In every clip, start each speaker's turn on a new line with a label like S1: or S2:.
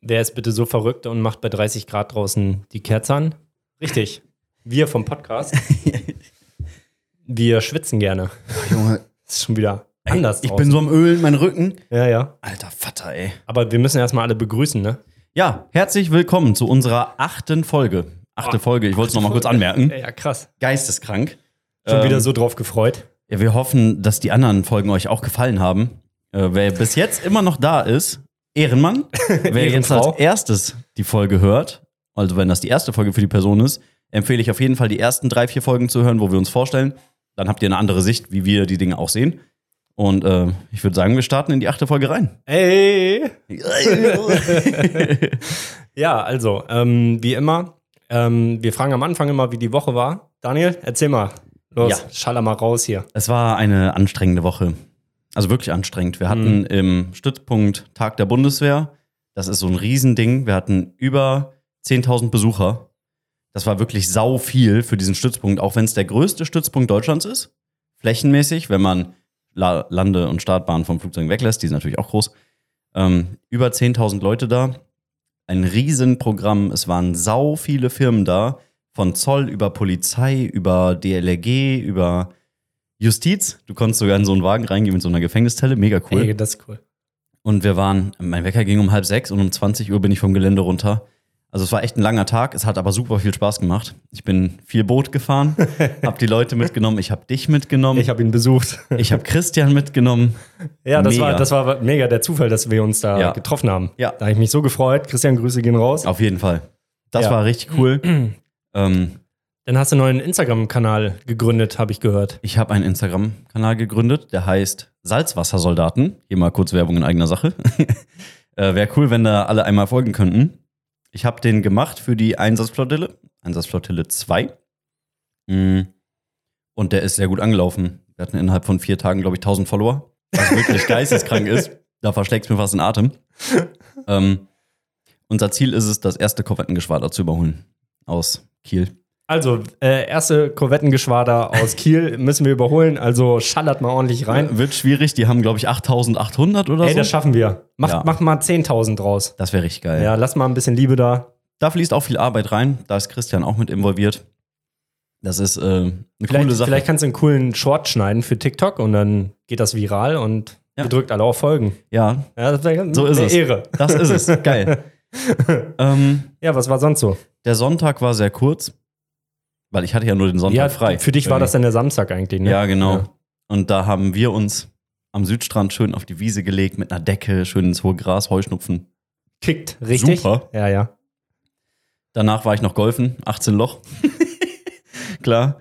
S1: wer ist bitte so verrückt und macht bei 30 Grad draußen die Kerze an? Richtig. Wir vom Podcast. wir schwitzen gerne.
S2: Junge,
S1: Das ist schon wieder anders.
S2: ich
S1: draußen.
S2: bin so am Ölen, mein Rücken.
S1: Ja, ja.
S2: Alter Vater, ey.
S1: Aber wir müssen erstmal alle begrüßen, ne?
S2: Ja, herzlich willkommen zu unserer achten Folge.
S1: Ah,
S2: Achte Folge, ich wollte es nochmal kurz anmerken.
S1: Ja, ja krass.
S2: Geisteskrank.
S1: Schon
S2: Ähm,
S1: wieder so drauf gefreut.
S2: Ja, wir hoffen, dass die anderen Folgen euch auch gefallen haben. Äh, wer bis jetzt immer noch da ist, Ehrenmann. Wer jetzt
S1: Ehrenfrau.
S2: als erstes die Folge hört, also wenn das die erste Folge für die Person ist, empfehle ich auf jeden Fall die ersten drei, vier Folgen zu hören, wo wir uns vorstellen. Dann habt ihr eine andere Sicht, wie wir die Dinge auch sehen. Und äh, ich würde sagen, wir starten in die achte Folge rein.
S1: Ey! Ja, also, ähm, wie immer, ähm, wir fragen am Anfang immer, wie die Woche war. Daniel, erzähl mal. Los,
S2: Ja.
S1: schaller mal raus hier.
S2: Es war eine anstrengende Woche. Also wirklich anstrengend. Wir hatten im Stützpunkt Tag der Bundeswehr. Das ist so ein Riesending. Wir hatten über 10.000 Besucher. Das war wirklich sau viel für diesen Stützpunkt, auch wenn es der größte Stützpunkt Deutschlands ist. Flächenmäßig, wenn man La Lande- und Startbahn vom Flugzeug weglässt, die sind natürlich auch groß. Ähm, über 10.000 Leute da. Ein Riesenprogramm. Es waren sau viele Firmen da. Von Zoll über Polizei, über DLRG, über Justiz. Du konntest sogar in so einen Wagen reingehen mit so einer Gefängniszelle. Mega cool.
S1: Ey, das ist cool.
S2: Und wir waren, mein Wecker ging um halb sechs und um 20 Uhr bin ich vom Gelände runter. Also es war echt ein langer Tag, es hat aber super viel Spaß gemacht. Ich bin viel Boot gefahren, habe die Leute mitgenommen, ich habe dich mitgenommen,
S1: Ich habe ihn besucht.
S2: ich habe Christian mitgenommen.
S1: Ja, das
S2: Mega.
S1: war, das war mega der Zufall, dass wir uns da
S2: Ja.
S1: getroffen haben.
S2: Ja.
S1: Da habe ich mich so gefreut. Christian, Grüße gehen raus.
S2: Auf jeden Fall. Das
S1: Ja.
S2: war richtig cool. ähm,
S1: Dann hast du einen neuen Instagram-Kanal gegründet, habe ich gehört.
S2: ich habe einen Instagram-Kanal gegründet, der heißt Salzwassersoldaten. Hier mal kurz Werbung in eigener Sache. äh, Wäre cool, wenn da alle einmal folgen könnten. Ich habe den gemacht für die Einsatzflottille, Einsatzflottille 2. Mm. Und der ist sehr gut angelaufen. Wir hatten innerhalb von vier Tagen, glaube ich, 1000 Follower. Was wirklich geisteskrank ist. Da verschlägt es mir fast den Atem. ähm, unser Ziel ist es, das erste Korvettengeschwader zu überholen. Aus Kiel.
S1: Also, äh, erste Korvettengeschwader aus Kiel müssen wir überholen. Also, schallert mal ordentlich rein.
S2: Wird schwierig. Die haben, glaube ich, 8800 oder
S1: Ey,
S2: so.
S1: das schaffen wir. Mach,
S2: Ja.
S1: mach mal 10.000 draus.
S2: Das wäre richtig geil.
S1: Ja, lass mal ein bisschen Liebe da.
S2: Da fließt auch viel Arbeit rein. Da ist Christian auch mit involviert. Das ist äh, eine
S1: Vielleicht,
S2: coole Sache.
S1: vielleicht kannst du einen coolen Short schneiden für TikTok und dann geht das viral und
S2: Ja.
S1: ihr drückt alle auf Folgen.
S2: Ja,
S1: Ja, das wäre
S2: So ist
S1: eine
S2: es.
S1: Ehre.
S2: das ist es. geil. ähm,
S1: Ja, was war sonst so?
S2: der Sonntag war sehr kurz, weil ich hatte ja nur den Sonntag
S1: ja,
S2: frei.
S1: Für dich war das dann der Samstag eigentlich, ne?
S2: Ja, genau.
S1: Ja.
S2: Und da haben wir uns am Südstrand schön auf die Wiese gelegt mit einer Decke, schön ins hohe Gras, Heuschnupfen.
S1: Kickt, richtig?
S2: Super.
S1: Ja, ja.
S2: Danach war ich noch golfen, 18 Loch. Klar.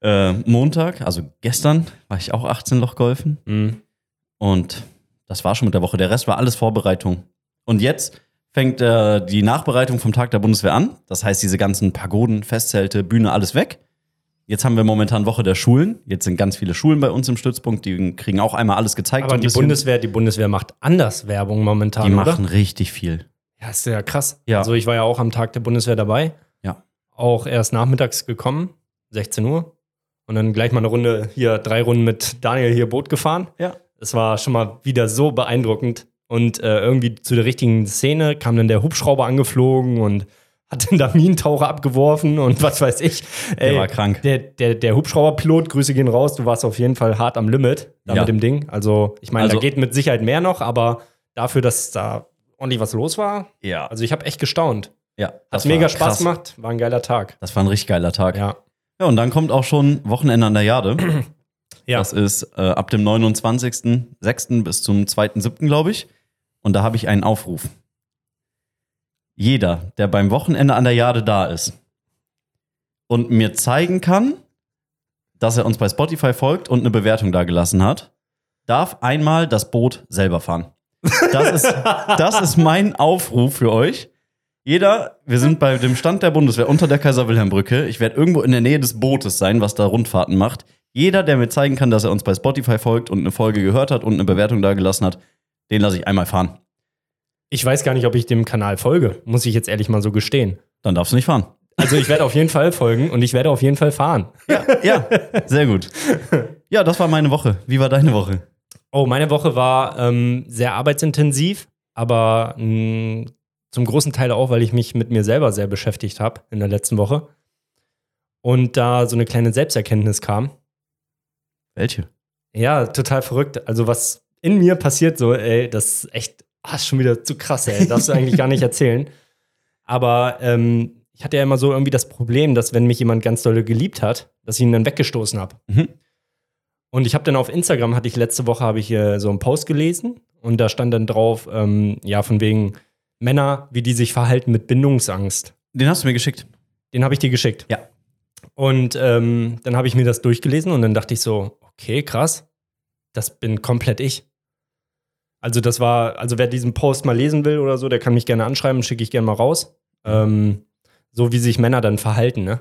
S2: Äh, Montag, also gestern, war ich auch 18 Loch golfen.
S1: Mhm.
S2: Und das war schon mit der Woche. Der Rest war alles Vorbereitung. Und jetzt fängt äh, die Nachbereitung vom Tag der Bundeswehr an. Das heißt, diese ganzen Pagoden, Festzelte, Bühne, alles weg. Jetzt haben wir momentan Woche der Schulen. Jetzt sind ganz viele Schulen bei uns im Stützpunkt. Die kriegen auch einmal alles gezeigt. so
S1: Aber
S2: ein
S1: die
S2: bisschen.
S1: Bundeswehr, die Bundeswehr macht anders Werbung momentan,
S2: die
S1: oder?
S2: machen richtig viel.
S1: Ja, ist ja krass.
S2: Ja.
S1: Also ich war ja auch am Tag der Bundeswehr dabei.
S2: Ja.
S1: Auch erst nachmittags gekommen, 16 Uhr. Und dann gleich mal eine Runde hier, drei Runden mit Daniel hier Boot gefahren.
S2: Ja.
S1: Es war schon mal wieder so beeindruckend. Und äh, irgendwie zu der richtigen Szene kam dann der Hubschrauber angeflogen und hat dann da Minentaucher abgeworfen und was weiß ich.
S2: Der war krank.
S1: Der, der, der Hubschrauberpilot, Grüße gehen raus, du warst auf jeden Fall hart am Limit da
S2: Ja.
S1: mit dem Ding. Also, ich meine,
S2: Also-
S1: da geht mit Sicherheit mehr noch, aber dafür, dass da ordentlich was los war,
S2: Ja.
S1: also ich habe echt gestaunt.
S2: ja
S1: Hat
S2: das
S1: mega
S2: war
S1: Spaß
S2: krass.
S1: gemacht, war ein geiler Tag.
S2: Das war ein richtig geiler Tag.
S1: Ja.
S2: Ja, und dann kommt auch schon Wochenende an der Jade.
S1: Ja.
S2: Das ist äh, ab dem 29.06. bis zum 2.07., glaube ich. Und da habe ich einen Aufruf. Jeder, der beim Wochenende an der Jade da ist und mir zeigen kann, dass er uns bei Spotify folgt und eine Bewertung dagelassen hat, darf einmal das Boot selber fahren. Das ist, das ist mein Aufruf für euch. Jeder, wir sind bei dem Stand der Bundeswehr unter der Kaiser-Wilhelm-Brücke. Ich werde irgendwo in der Nähe des Bootes sein, was da Rundfahrten macht. Jeder, der mir zeigen kann, dass er uns bei Spotify folgt und eine Folge gehört hat und eine Bewertung dagelassen hat, den lasse ich einmal fahren.
S1: Ich weiß gar nicht, ob ich dem Kanal folge, muss ich jetzt ehrlich mal so gestehen.
S2: Dann darfst du nicht fahren.
S1: Also ich werde auf jeden Fall folgen und ich werde auf jeden Fall fahren.
S2: Ja, sehr gut. Ja, das war meine Woche. Wie war deine Woche?
S1: Oh, meine Woche war ähm, sehr arbeitsintensiv, aber ein Zum großen Teil auch, weil ich mich mit mir selber sehr beschäftigt habe in der letzten Woche. Und da so eine kleine Selbsterkenntnis kam.
S2: Welche?
S1: Ja, total verrückt. Also, was in mir passiert, so, ey, das ist echt, ah, ist schon wieder zu krass, ey. Darfst du eigentlich gar nicht erzählen. Aber ähm, ich hatte ja immer so irgendwie das Problem, dass, wenn mich jemand ganz doll geliebt hat, dass ich ihn dann weggestoßen habe.
S2: Mhm.
S1: Und ich habe dann auf Instagram, hatte ich letzte Woche, habe ich äh, so einen Post gelesen und da stand dann drauf, ähm, ja, von wegen Männer, wie die sich verhalten mit Bindungsangst.
S2: Den hast du mir geschickt.
S1: Den habe ich dir geschickt.
S2: Ja.
S1: Und ähm, dann habe ich mir das durchgelesen und dann dachte ich so, okay, krass, das bin komplett ich. Also das war, also wer diesen Post mal lesen will oder so, der kann mich gerne anschreiben, schicke ich gerne mal raus. Ähm, so wie sich Männer dann verhalten, ne?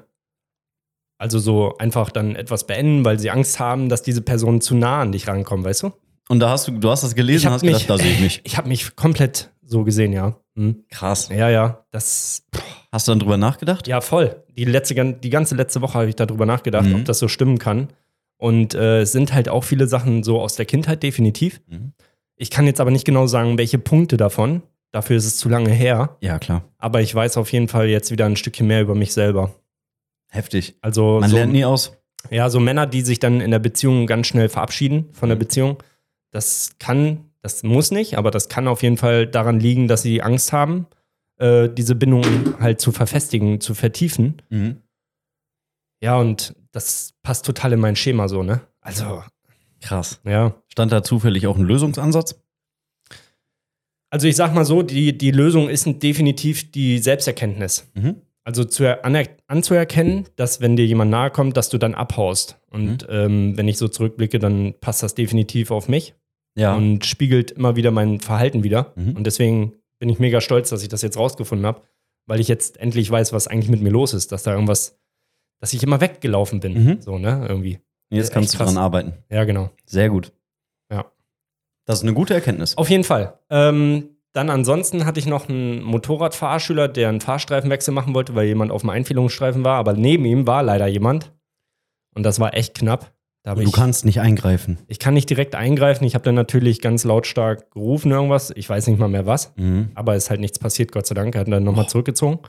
S1: Also so einfach dann etwas beenden, weil sie Angst haben, dass diese Personen zu nah an dich rankommen, weißt du?
S2: Und da hast du, du hast das
S1: Ich
S2: gelesen
S1: hab
S2: und hast gedacht,
S1: mich-
S2: da sehe ich mich.
S1: Ich habe mich komplett so gesehen, ja. Hm.
S2: Krass.
S1: Ja, ja, das
S2: Hast du dann drüber nachgedacht?
S1: Ja, voll. Die, letzte, gan- die ganze letzte Woche habe ich darüber nachgedacht,
S2: Mhm.
S1: ob das so stimmen kann. Und äh, es sind halt auch viele Sachen so aus der Kindheit, definitiv.
S2: Mhm.
S1: Ich kann jetzt aber nicht genau sagen, welche Punkte davon. Dafür ist es zu lange her.
S2: Ja, klar.
S1: Aber ich weiß auf jeden Fall jetzt wieder ein Stückchen mehr über mich selber.
S2: Heftig.
S1: Also
S2: Man
S1: so,
S2: lernt nie aus.
S1: ja, so Männer, die sich dann in der Beziehung ganz schnell verabschieden von der
S2: Mhm.
S1: Beziehung, das kann, das muss nicht, aber das kann auf jeden Fall daran liegen, dass sie Angst haben, äh, diese Bindung halt zu verfestigen, zu vertiefen.
S2: Mhm.
S1: Ja, und das passt total in mein Schema so, ne? Also,
S2: Krass.
S1: ja.
S2: Stand da zufällig auch ein Lösungsansatz?
S1: Also ich sag mal so, die, die Lösung ist definitiv die Selbsterkenntnis.
S2: Mhm.
S1: Also zu er- aner- anzuerkennen, dass wenn dir jemand nahe kommt, dass du dann abhaust. Und
S2: Mhm.
S1: ähm, wenn ich so zurückblicke, dann passt das definitiv auf mich
S2: Ja.
S1: und spiegelt immer wieder mein Verhalten wieder.
S2: Mhm.
S1: Und deswegen bin ich mega stolz, dass ich das jetzt rausgefunden habe, weil ich jetzt endlich weiß, was eigentlich mit mir los ist, dass da irgendwas, dass ich immer weggelaufen bin.
S2: Mhm.
S1: So, ne? Irgendwie.
S2: Jetzt
S1: Echt
S2: kannst du
S1: krass.
S2: dran arbeiten.
S1: Ja, genau.
S2: Sehr gut.
S1: Ja. Oh,
S2: Das ist eine gute Erkenntnis.
S1: Auf jeden Fall. Ähm, dann ansonsten hatte ich noch einen Motorradfahrschüler, der einen Fahrstreifenwechsel machen wollte, weil jemand auf dem Einfädelungsstreifen war, aber neben ihm war leider jemand. Und das war echt knapp. Da habe
S2: du
S1: ich,
S2: kannst nicht eingreifen.
S1: ich kann nicht direkt eingreifen. Ich habe dann natürlich ganz lautstark gerufen, irgendwas. Ich weiß nicht mal mehr was.
S2: Mhm.
S1: Aber es ist halt nichts passiert, Gott sei Dank. Er hat dann nochmal zurückgezogen.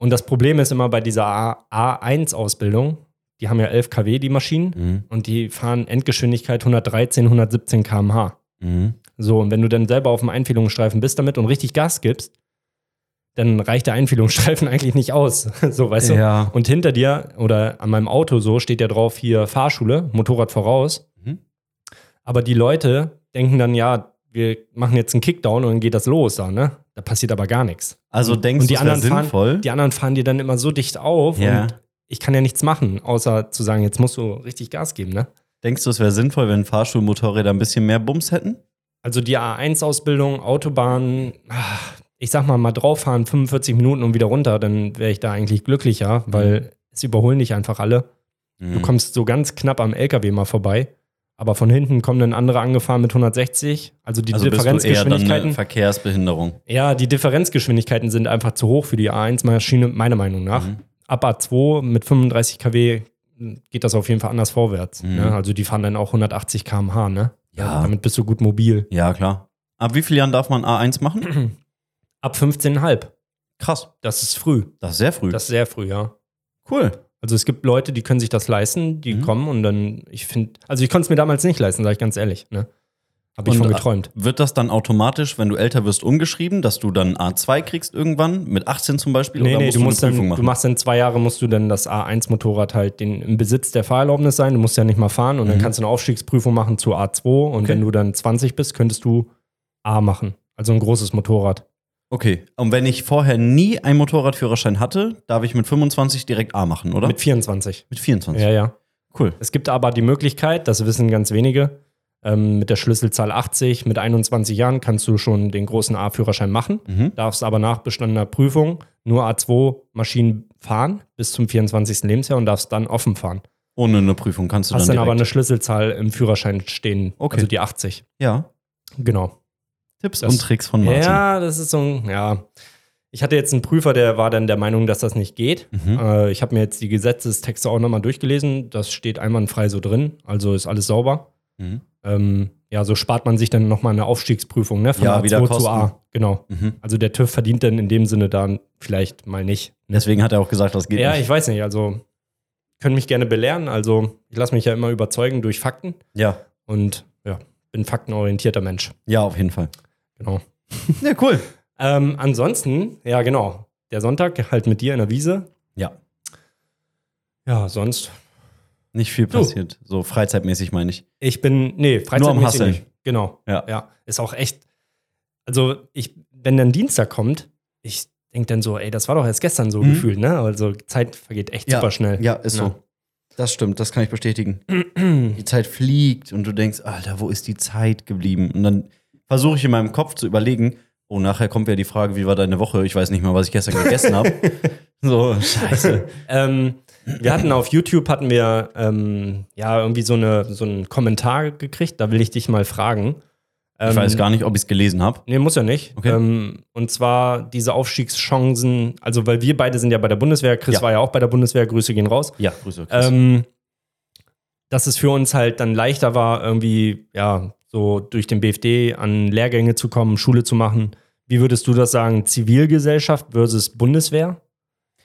S1: Und das Problem ist immer bei dieser A- A1-Ausbildung, die haben ja 11 kW, die Maschinen.
S2: Mhm.
S1: Und die fahren Endgeschwindigkeit 113, 117 km/h.
S2: Mhm.
S1: So, und wenn du dann selber auf dem Einfädelungsstreifen bist damit und richtig Gas gibst, dann reicht der Einfädelungsstreifen eigentlich nicht aus. So, weißt du?
S2: Ja.
S1: Und hinter dir oder an meinem Auto so steht ja drauf hier Fahrschule, Motorrad voraus.
S2: Mhm.
S1: Aber die Leute denken dann, ja, wir machen jetzt einen Kickdown und dann geht das los da, ne? Da passiert aber gar nichts.
S2: Also
S1: Und
S2: denkst du,
S1: die
S2: es wäre
S1: anderen fahren-
S2: sinnvoll?
S1: Die anderen fahren dir dann immer so dicht auf
S2: Ja.
S1: und ich kann ja nichts machen, außer zu sagen, jetzt musst du richtig Gas geben, ne?
S2: Denkst du, es wäre sinnvoll, wenn Fahrschulmotorräder ein bisschen mehr Bums hätten?
S1: Also die A1-Ausbildung, Autobahn, ah, ich sag mal, mal drauffahren, 45 Minuten und wieder runter, dann wäre ich da eigentlich glücklicher,
S2: Mhm.
S1: weil es überholen dich einfach alle. Du kommst so ganz knapp am LKW mal vorbei, aber von hinten kommen dann andere angefahren mit 160. Also die
S2: also bist du eher dann eine
S1: Differenzgeschwindigkeiten.
S2: Verkehrsbehinderung.
S1: Ja, die Differenzgeschwindigkeiten sind einfach zu hoch für die A1-Maschine, meiner Meinung nach.
S2: Mhm.
S1: Ab A2 mit 35 kW geht das auf jeden Fall anders vorwärts.
S2: Mhm.
S1: Ne? Also die fahren dann auch 180 km/h, ne?
S2: Ja.
S1: Damit bist du gut mobil.
S2: Ja, klar. Ab wie vielen Jahren darf man A1 machen?
S1: Ab 15,5.
S2: Krass.
S1: Das ist früh.
S2: Das ist sehr früh.
S1: Das ist sehr früh, ja.
S2: cool.
S1: Also es gibt Leute, die können sich das leisten, die
S2: Mhm.
S1: kommen und dann, ich finde, also ich konnte es mir damals nicht leisten, sage ich ganz ehrlich. Ne? Habe ich
S2: Und,
S1: von
S2: äh,
S1: geträumt.
S2: Wird das dann automatisch, wenn du älter wirst, umgeschrieben, dass du dann A2 kriegst irgendwann, mit 18 zum Beispiel?
S1: Nee, nee, du musst
S2: eine
S1: dann, du machst dann zwei Jahre, musst du dann das A1-Motorrad halt den, im Besitz der Fahrerlaubnis sein, du musst ja nicht mal fahren und dann
S2: Mhm.
S1: kannst du eine Aufstiegsprüfung machen zu A2 und
S2: Okay.
S1: wenn du dann 20 bist, könntest du A machen. Also ein großes Motorrad.
S2: Okay. Und wenn ich vorher nie einen Motorradführerschein hatte, darf ich mit 25 direkt A machen, oder?
S1: Mit 24.
S2: Mit 24.
S1: Ja, ja.
S2: Cool.
S1: Es gibt aber die Möglichkeit, das wissen ganz wenige, ähm, mit der Schlüsselzahl 80, mit 21 Jahren kannst du schon den großen A-Führerschein machen,
S2: Mhm.
S1: darfst aber nach bestandener Prüfung nur A2-Maschinen fahren bis zum 24. Lebensjahr und darfst dann offen fahren.
S2: Ohne eine Prüfung kannst du
S1: Hast
S2: dann
S1: dann aber eine
S2: direkt.
S1: Schlüsselzahl im Führerschein stehen,
S2: Okay.
S1: also die 80.
S2: ja.
S1: Genau.
S2: Tipps
S1: Das-
S2: und Tricks von Martin.
S1: Ja, das ist so ein, ja. Ich hatte jetzt einen Prüfer, der war dann der Meinung, dass das nicht geht.
S2: Mhm.
S1: Äh, ich habe mir jetzt die Gesetzestexte auch nochmal durchgelesen. Das steht einwandfrei so drin. Also ist alles sauber.
S2: Mhm.
S1: Ähm, Ja, so spart man sich dann nochmal eine Aufstiegsprüfung, ne? Von
S2: Ja,
S1: A2
S2: wieder Kosten.
S1: zu A. Genau.
S2: Mhm.
S1: Also der TÜV verdient dann in dem Sinne dann vielleicht mal nicht.
S2: Deswegen hat er auch gesagt, das geht
S1: ja,
S2: nicht.
S1: ich weiß nicht. Also können mich gerne belehren. Also ich lasse mich ja immer überzeugen durch Fakten
S2: Ja.
S1: und ja, bin faktenorientierter Mensch.
S2: ja, auf jeden Fall.
S1: Genau.
S2: Ja, cool.
S1: Ähm, ansonsten, ja genau, der Sonntag halt mit dir in der Wiese.
S2: Ja.
S1: Ja, sonst.
S2: Nicht viel
S1: Du.
S2: passiert. So freizeitmäßig meine ich.
S1: Ich bin, nee, Freizeit
S2: am Hasseln.
S1: Genau.
S2: Ja.
S1: ja. Ist auch echt, also ich, wenn dann Dienstag kommt, ich denke dann so, ey, das war doch erst gestern so
S2: Mhm.
S1: gefühlt, ne? Also Zeit vergeht echt
S2: Ja.
S1: super schnell.
S2: Ja, ist
S1: Ja.
S2: so. Das stimmt, das kann ich bestätigen. die Zeit fliegt und du denkst, Alter, wo ist die Zeit geblieben? Und dann versuche ich in meinem Kopf zu überlegen, oh, nachher kommt ja die Frage, wie war deine Woche? Ich weiß nicht mal, was ich gestern gegessen habe. So, scheiße.
S1: Ähm, wir hatten auf YouTube hatten wir ähm, ja irgendwie so, eine, so einen Kommentar gekriegt, da will ich dich mal fragen. Ähm,
S2: Ich weiß gar nicht, ob ich es gelesen habe.
S1: Nee, muss ja nicht.
S2: Okay.
S1: Ähm, und zwar diese Aufstiegschancen, also weil wir beide sind ja bei der Bundeswehr, Chris
S2: Ja.
S1: war ja auch bei der Bundeswehr, Grüße gehen raus.
S2: Ja, Grüße. Chris.
S1: Ähm, dass es für uns halt dann leichter war, irgendwie, ja, so durch den BFD an Lehrgänge zu kommen, Schule zu machen. Wie würdest du das sagen? Zivilgesellschaft versus Bundeswehr?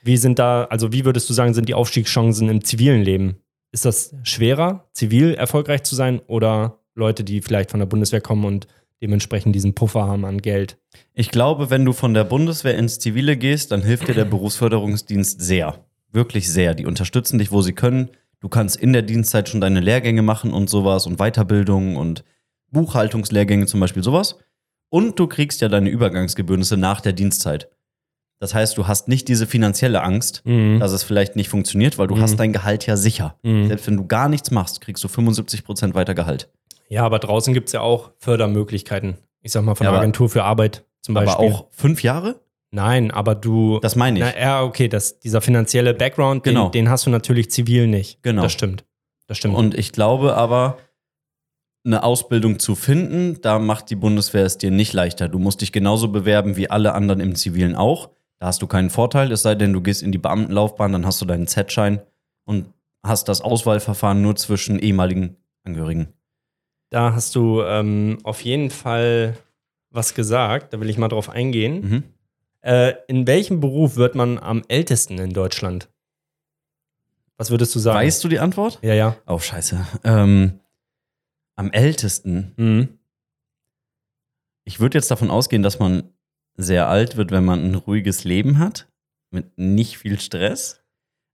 S1: Wie sind da, also wie würdest du sagen, sind die Aufstiegschancen im zivilen Leben? Ist das schwerer, zivil erfolgreich zu sein oder Leute, die vielleicht von der Bundeswehr kommen und dementsprechend diesen Puffer haben an Geld?
S2: Ich glaube, wenn du von der Bundeswehr ins Zivile gehst, dann hilft dir der Berufsförderungsdienst sehr. Wirklich sehr. Die unterstützen dich, wo sie können. Du kannst in der Dienstzeit schon deine Lehrgänge machen und sowas und Weiterbildung und Buchhaltungslehrgänge zum Beispiel sowas. Und du kriegst ja deine Übergangsgebührnisse nach der Dienstzeit. Das heißt, du hast nicht diese finanzielle Angst, dass es vielleicht nicht funktioniert, weil du
S1: Mhm.
S2: hast dein Gehalt ja sicher.
S1: Mhm.
S2: Selbst wenn du gar nichts machst, kriegst du 75% weiter Gehalt.
S1: Ja, aber draußen gibt es ja auch Fördermöglichkeiten. Ich sag mal, von
S2: Ja,
S1: der
S2: aber-
S1: Agentur für Arbeit zum Beispiel.
S2: Aber auch fünf Jahre?
S1: Nein, aber du.
S2: Das meine ich.
S1: na, ja, okay, das, dieser finanzielle Background,
S2: Genau.
S1: den, den hast du natürlich zivil nicht.
S2: Genau.
S1: Das stimmt. Das stimmt.
S2: Und ich glaube aber, eine Ausbildung zu finden, da macht die Bundeswehr es dir nicht leichter. Du musst dich genauso bewerben wie alle anderen im Zivilen auch. Da hast du keinen Vorteil, es sei denn, du gehst in die Beamtenlaufbahn, dann hast du deinen Z-Schein und hast das Auswahlverfahren nur zwischen ehemaligen Angehörigen.
S1: da hast du ähm, auf jeden Fall was gesagt. Da will ich mal drauf eingehen.
S2: Mhm.
S1: Äh, in welchem Beruf wird man am ältesten in Deutschland? Was würdest du sagen?
S2: Weißt du die Antwort?
S1: Ja, ja.
S2: Oh, scheiße. Ähm, am ältesten.
S1: Mhm.
S2: Ich würde jetzt davon ausgehen, dass man sehr alt wird, wenn man ein ruhiges Leben hat, mit nicht viel Stress,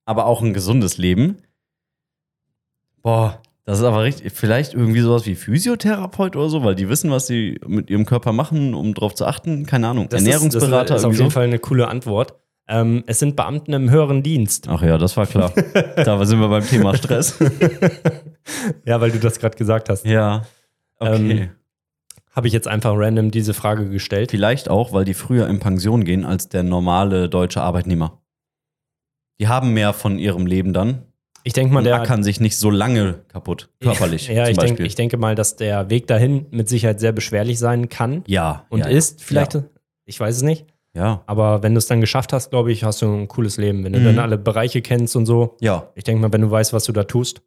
S2: aber auch ein gesundes Leben. Boah, das ist aber richtig. Vielleicht irgendwie sowas wie Physiotherapeut oder so, weil die wissen, was sie mit ihrem Körper machen, um darauf zu achten. Keine Ahnung.
S1: Das
S2: Ernährungsberater.
S1: ist, das ist auf
S2: irgendwie
S1: jeden
S2: so.
S1: Fall eine coole Antwort. Ähm, es sind Beamten im höheren Dienst.
S2: Ach ja, das war klar. da sind wir beim Thema Stress.
S1: Ja, weil du das gerade gesagt hast.
S2: ja. Okay.
S1: Ähm, Habe ich jetzt einfach random diese Frage gestellt.
S2: Vielleicht auch, weil die früher in Pension gehen als der normale deutsche Arbeitnehmer. Die haben mehr von ihrem Leben dann,
S1: Ich denke mal,
S2: und
S1: der
S2: ackern sich nicht so lange kaputt, körperlich
S1: Ja,
S2: zum
S1: ich, denk,
S2: Beispiel.
S1: ich denke mal, dass der Weg dahin mit Sicherheit sehr beschwerlich sein kann
S2: ja.
S1: und
S2: ja,
S1: ist. Vielleicht, ich weiß es nicht.
S2: Ja.
S1: Aber wenn du es dann geschafft hast, glaube ich, hast du ein cooles Leben. Wenn du
S2: Mhm.
S1: dann alle Bereiche kennst und so.
S2: Ja,
S1: Ich denke mal, wenn du weißt, was du da tust.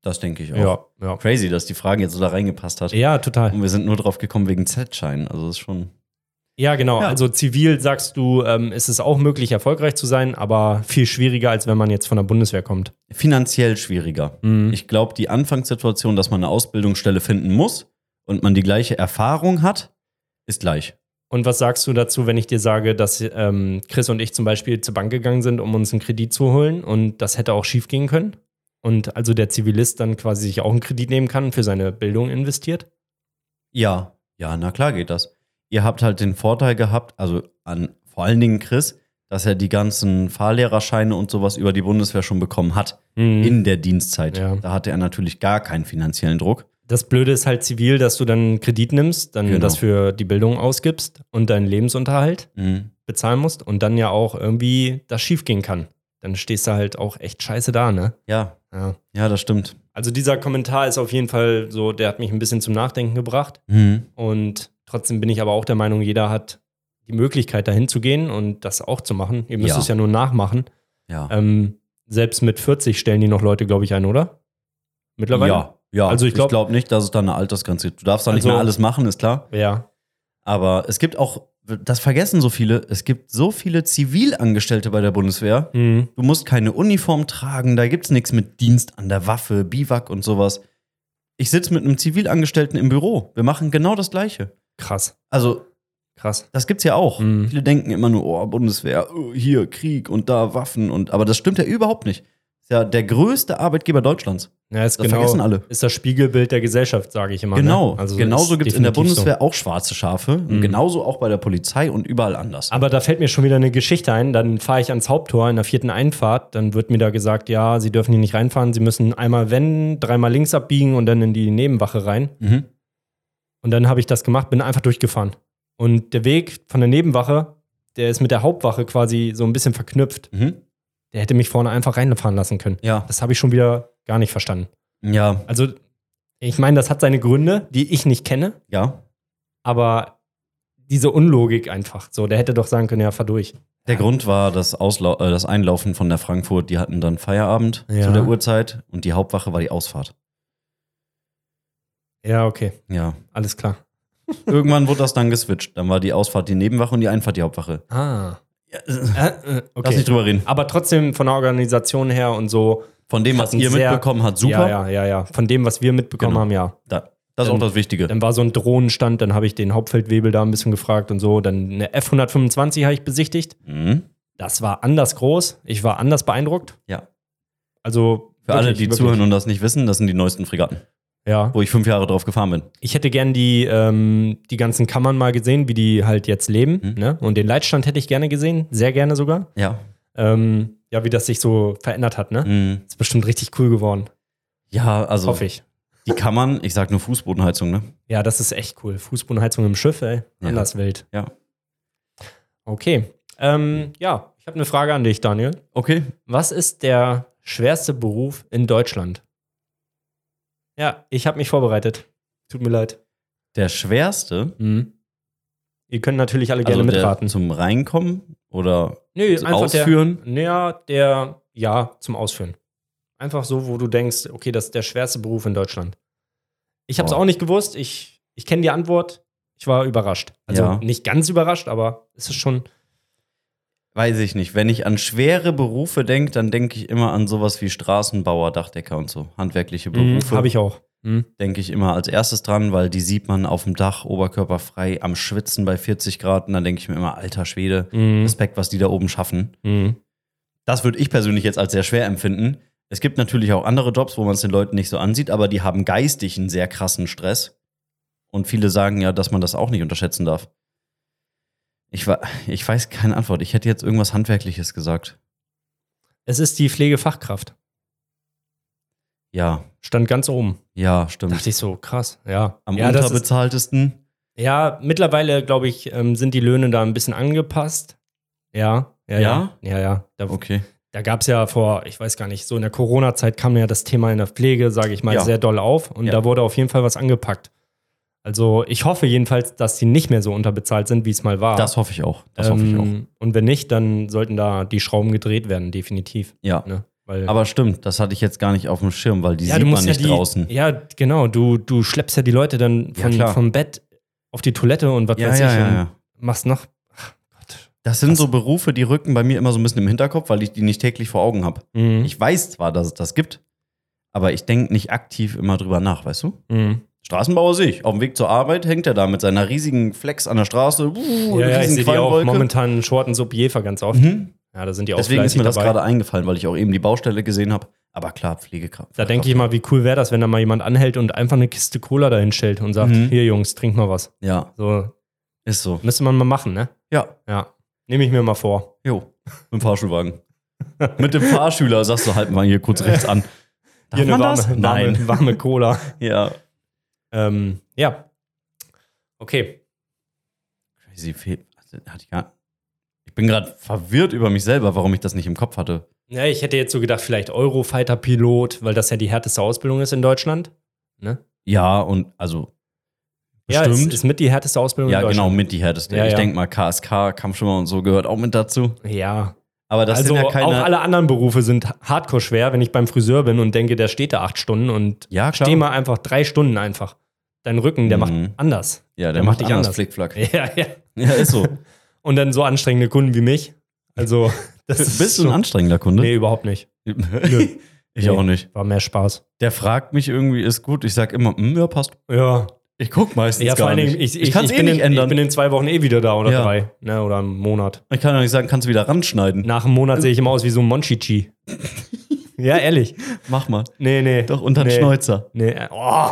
S2: das denke ich auch.
S1: Ja, ja.
S2: Crazy, dass die Frage jetzt so da reingepasst hat.
S1: Ja, total.
S2: Und wir sind nur drauf gekommen wegen Z-Schein. Also das ist schon.
S1: Ja, genau.
S2: Ja.
S1: Also zivil sagst du, ähm, ist es auch möglich, erfolgreich zu sein, aber viel schwieriger, als wenn man jetzt von der Bundeswehr kommt.
S2: finanziell schwieriger.
S1: Mhm.
S2: Ich glaube, die Anfangssituation, dass man eine Ausbildungsstelle finden muss und man die gleiche Erfahrung hat, ist gleich.
S1: Und was sagst du dazu, wenn ich dir sage, dass ähm, Chris und ich zum Beispiel zur Bank gegangen sind, um uns einen Kredit zu holen und das hätte auch schief gehen können? Und also der Zivilist dann quasi sich auch einen Kredit nehmen kann, für seine Bildung investiert?
S2: Ja, ja, na klar geht das. Ihr habt halt den Vorteil gehabt, also an vor allen Dingen Chris, dass er die ganzen Fahrlehrerscheine und sowas über die Bundeswehr schon bekommen hat. in der Dienstzeit.
S1: Hm. Ja.
S2: Da hatte er natürlich gar keinen finanziellen Druck.
S1: Das Blöde ist halt zivil, dass du dann einen Kredit nimmst, dann
S2: Genau.
S1: das für die Bildung ausgibst und deinen Lebensunterhalt
S2: Mhm.
S1: bezahlen musst und dann ja auch irgendwie das schief gehen kann. Dann stehst du halt auch echt scheiße da, ne?
S2: Ja,
S1: Ja.
S2: ja, das stimmt.
S1: Also dieser Kommentar ist auf jeden Fall so, der hat mich ein bisschen zum Nachdenken gebracht.
S2: Mhm.
S1: Und trotzdem bin ich aber auch der Meinung, jeder hat die Möglichkeit, dahin zu gehen und das auch zu machen. Ihr müsst
S2: Ja.
S1: es ja nur nachmachen.
S2: Ja.
S1: Äh, Ähm, selbst mit 40 stellen die noch Leute, glaube ich, ein, oder? Mittlerweile?
S2: ja, Ja,
S1: Also ich glaub-
S2: glaube nicht, dass es da eine Altersgrenze gibt. Du darfst da nicht
S1: Also-
S2: mehr alles machen, ist klar.
S1: Ja.
S2: Aber es gibt auch, das vergessen so viele, es gibt so viele Zivilangestellte bei der Bundeswehr.
S1: Mhm.
S2: Du musst keine Uniform tragen, da gibt's nichts mit Dienst an der Waffe, Biwak und sowas. Ich sitze mit einem Zivilangestellten im Büro. Wir machen genau das Gleiche.
S1: Krass.
S2: Also,
S1: Krass.
S2: das gibt's ja auch.
S1: Mhm.
S2: Viele denken immer nur, oh, Bundeswehr, oh, hier Krieg und da Waffen und aber das stimmt ja überhaupt nicht. Ist ja der größte Arbeitgeber Deutschlands.
S1: Ja, ist
S2: Das
S1: genau,
S2: vergessen alle.
S1: Ist das Spiegelbild der Gesellschaft, sage ich immer.
S2: Genau.
S1: Ne? Also
S2: genauso
S1: ist
S2: gibt es in der
S1: definitiv
S2: Bundeswehr auch schwarze Schafe. Und
S1: Mhm.
S2: genauso auch bei der Polizei und überall anders.
S1: So. Aber da fällt mir schon wieder eine Geschichte ein. Dann fahre ich ans Haupttor in der vierten Einfahrt. Dann wird mir da gesagt, ja, Sie dürfen hier nicht reinfahren. Sie müssen einmal wenden, dreimal links abbiegen und dann in die Nebenwache rein.
S2: Mhm.
S1: Und dann habe ich das gemacht, bin einfach durchgefahren. Und der Weg von der Nebenwache, der ist mit der Hauptwache quasi so ein bisschen verknüpft.
S2: Mhm.
S1: Der hätte mich vorne einfach reinfahren lassen können.
S2: Ja.
S1: Das habe ich schon wieder gar nicht verstanden.
S2: Ja.
S1: Also, ich meine, das hat seine Gründe, die ich nicht kenne,
S2: Ja.
S1: aber diese Unlogik einfach. So, der hätte doch sagen können, ja, fahr durch.
S2: Der Grund war das, Auslau äh, das Einlaufen von der Frankfurt. Die hatten dann Feierabend
S1: Ja.
S2: zu der Uhrzeit und die Hauptwache war die Ausfahrt.
S1: Ja, okay,
S2: Ja.
S1: alles klar.
S2: Irgendwann wurde das dann geswitcht. Dann war die Ausfahrt die Nebenwache und die Einfahrt die Hauptwache.
S1: Ah.
S2: Ja,
S1: Äh, äh,
S2: Lass
S1: okay.
S2: nicht drüber reden.
S1: Aber trotzdem von der Organisation her und so.
S2: Von dem, was
S1: Hatten
S2: ihr
S1: sehr-
S2: mitbekommen habt, super.
S1: Ja, ja, ja, ja. Von dem, was wir mitbekommen
S2: Genau.
S1: haben, ja.
S2: Da, das ist auch
S1: Dann-
S2: das Wichtige.
S1: Dann war so ein Drohnenstand, dann habe ich den Hauptfeldwebel da ein bisschen gefragt und so. Dann eine F-125 habe ich besichtigt.
S2: Mhm.
S1: Das war anders groß. Ich war anders beeindruckt.
S2: Ja.
S1: Also
S2: Für alle, die zuhören und das nicht wissen, das sind die neuesten Fregatten,
S1: Ja.
S2: wo ich fünf Jahre drauf gefahren bin.
S1: Ich hätte gern die, ähm, die ganzen Kammern mal gesehen, wie die halt jetzt leben.
S2: Mhm.
S1: Ne? Und den Leitstand hätte ich gerne gesehen, sehr gerne sogar.
S2: Ja.
S1: Ähm, ja, wie das sich so verändert hat. Ne?
S2: Mhm.
S1: Ist bestimmt richtig cool geworden.
S2: Ja, also
S1: Hoffe ich.
S2: die Kammern, ich sag nur Fußbodenheizung, ne?
S1: Ja, das ist echt cool. Fußbodenheizung im Schiff, ey.
S2: Ja.
S1: Anders wild.
S2: Ja.
S1: Okay. Ähm, ja, ich habe eine Frage an dich, Daniel.
S2: Okay.
S1: Was ist der schwerste Beruf in Deutschland? Ja, ich habe mich vorbereitet. Tut mir leid.
S2: Der schwerste,
S1: Ihr könnt natürlich alle gerne
S2: also der
S1: mitraten.
S2: zum Reinkommen oder
S1: Nö,
S2: zum
S1: einfach
S2: Ausführen.
S1: der. Naja, der. Ja, zum Ausführen. Einfach so, wo du denkst, okay, das ist der schwerste Beruf in Deutschland. Ich habe es
S2: Boah.
S1: auch nicht gewusst. Ich, ich kenne die Antwort. Ich war überrascht. Also
S2: Ja.
S1: nicht ganz überrascht, aber es ist schon.
S2: Weiß ich nicht. Wenn ich an schwere Berufe denke, dann denke ich immer an sowas wie Straßenbauer, Dachdecker und so. Handwerkliche Berufe.
S1: Habe ich auch. Mhm.
S2: Denke ich immer als erstes dran, weil die sieht man auf dem Dach, oberkörperfrei, am Schwitzen bei 40 Grad. Und dann denke ich mir immer, alter Schwede,
S1: Mhm.
S2: Respekt, was die da oben schaffen.
S1: Mhm.
S2: Das würde ich persönlich jetzt als sehr schwer empfinden. Es gibt natürlich auch andere Jobs, wo man es den Leuten nicht so ansieht, aber die haben geistig einen sehr krassen Stress. Und viele sagen ja, dass man das auch nicht unterschätzen darf. Ich, wa- ich weiß keine Antwort. Ich hätte jetzt irgendwas Handwerkliches gesagt.
S1: Es ist die Pflegefachkraft.
S2: Ja,
S1: Stand ganz oben.
S2: ja, stimmt.
S1: Dachte ich so, krass, ja.
S2: Am
S1: ja, das ist,
S2: unterbezahltesten.
S1: ja, mittlerweile, glaube ich, ähm, sind die Löhne da ein bisschen angepasst. Ja, ja, ja. Ja, ja. Da,
S2: Okay.
S1: da gab es ja vor, ich weiß gar nicht, so in der Corona-Zeit kam ja das Thema in der Pflege, sage ich mal,
S2: Ja.
S1: sehr doll auf. Und
S2: Ja.
S1: da wurde auf jeden Fall was angepackt. Also ich hoffe jedenfalls, dass die nicht mehr so unterbezahlt sind, wie es mal war.
S2: Das hoffe ich auch. Das hoffe ich auch.
S1: Ah. Ähm, Und wenn nicht, dann sollten da die Schrauben gedreht werden, definitiv.
S2: Ja.
S1: Ne? Weil,
S2: Aber stimmt, das hatte ich jetzt gar nicht auf dem Schirm, weil die
S1: ja,
S2: sieht
S1: du
S2: man
S1: musst
S2: nicht
S1: ja die,
S2: draußen.
S1: Ja, genau. Du, du schleppst ja die Leute dann
S2: Ja,
S1: von,
S2: klar.
S1: vom Bett auf die Toilette und was weiß ich. und Machst noch. Ach Gott.
S2: Das sind
S1: Krass.
S2: so Berufe, die rücken bei mir immer so ein bisschen im Hinterkopf, weil ich die nicht täglich vor Augen habe.
S1: Mhm.
S2: Ich weiß zwar, dass es das gibt, aber ich denke nicht aktiv immer drüber nach, weißt du?
S1: mhm.
S2: Straßenbauer sehe ich. Auf dem Weg zur Arbeit hängt er da mit seiner riesigen Flex an der Straße. Uh,
S1: ja, ja, ich
S2: riesen
S1: sehe die auch
S2: Qualmwolke.
S1: momentan in Shorten so Jefer ganz oft.
S2: Mhm.
S1: Ja, da sind die auch
S2: Deswegen ist
S1: fleißig
S2: mir das
S1: dabei.
S2: gerade eingefallen, weil ich auch eben die Baustelle gesehen habe. Aber klar, Pflegekraft.
S1: Da denke ich mal, wie cool wäre das, wenn da mal jemand anhält und einfach eine Kiste Cola dahin stellt und sagt:
S2: Mhm.
S1: Hier, Jungs, trink mal was.
S2: Ja,
S1: So,
S2: ist so.
S1: müsste man mal machen, ne?
S2: Ja,
S1: Ja. Nehme ich mir mal vor.
S2: jo. Mit dem Fahrschulwagen. mit dem Fahrschüler sagst du, halt mal hier kurz rechts an. Darf
S1: Hier
S2: man
S1: warme,
S2: das?
S1: Warme,
S2: Nein.
S1: warme Cola.
S2: Ja.
S1: ähm, ja. Okay.
S2: Crazy Fe also, hatte ich, gar ich bin gerade verwirrt über mich selber, warum ich das nicht im Kopf hatte.
S1: Ja, ich hätte jetzt so gedacht, vielleicht Eurofighter-Pilot, weil das ja die härteste Ausbildung ist in Deutschland.
S2: Ja, und also
S1: Ja, es
S2: bestimmt.
S1: ist mit die härteste Ausbildung
S2: Ja,
S1: in
S2: genau,
S1: Deutschland.
S2: mit die härteste.
S1: Ja,
S2: ich
S1: ja.
S2: denke mal, KSK, Kampfschwimmer und so gehört auch mit dazu.
S1: Genau. Ja,
S2: Aber das
S1: also
S2: sind ja keine.
S1: auch alle anderen Berufe sind hardcore schwer, wenn ich beim Friseur bin und denke, der steht da acht Stunden und
S2: ja, klar.
S1: steh mal einfach drei Stunden einfach. Dein Rücken, der
S2: Mhm.
S1: macht anders.
S2: ja, der,
S1: der
S2: macht
S1: macht
S2: dich
S1: dich
S2: anders,
S1: anders.
S2: Flickflack.
S1: Ja, ja.
S2: Ja, ist so.
S1: Und dann so anstrengende Kunden wie mich. Also, das ist
S2: Bist du ein
S1: schon-
S2: anstrengender Kunde?
S1: Nee, überhaupt nicht.
S2: ich
S1: Nee.
S2: auch nicht.
S1: War mehr Spaß.
S2: Der fragt mich irgendwie, ist gut. Ich sag immer, hm, ja, passt.
S1: Ja,
S2: Ich guck meistens
S1: ja
S2: gar
S1: vor allen Dingen,
S2: nicht.
S1: ich,
S2: ich kann es eh
S1: bin
S2: nicht
S1: in, Ich
S2: ändern.
S1: bin in zwei Wochen eh wieder da oder
S2: Ja.
S1: drei. Ne, oder einen Monat.
S2: Ich kann ja nicht sagen, kannst du wieder ranschneiden.
S1: Nach einem Monat sehe ich immer aus wie so ein Monchichi. ja, ehrlich.
S2: Mach mal.
S1: Nee, nee.
S2: Doch, unter den
S1: nee.
S2: Schnäuzer.
S1: Nee, äh, oh.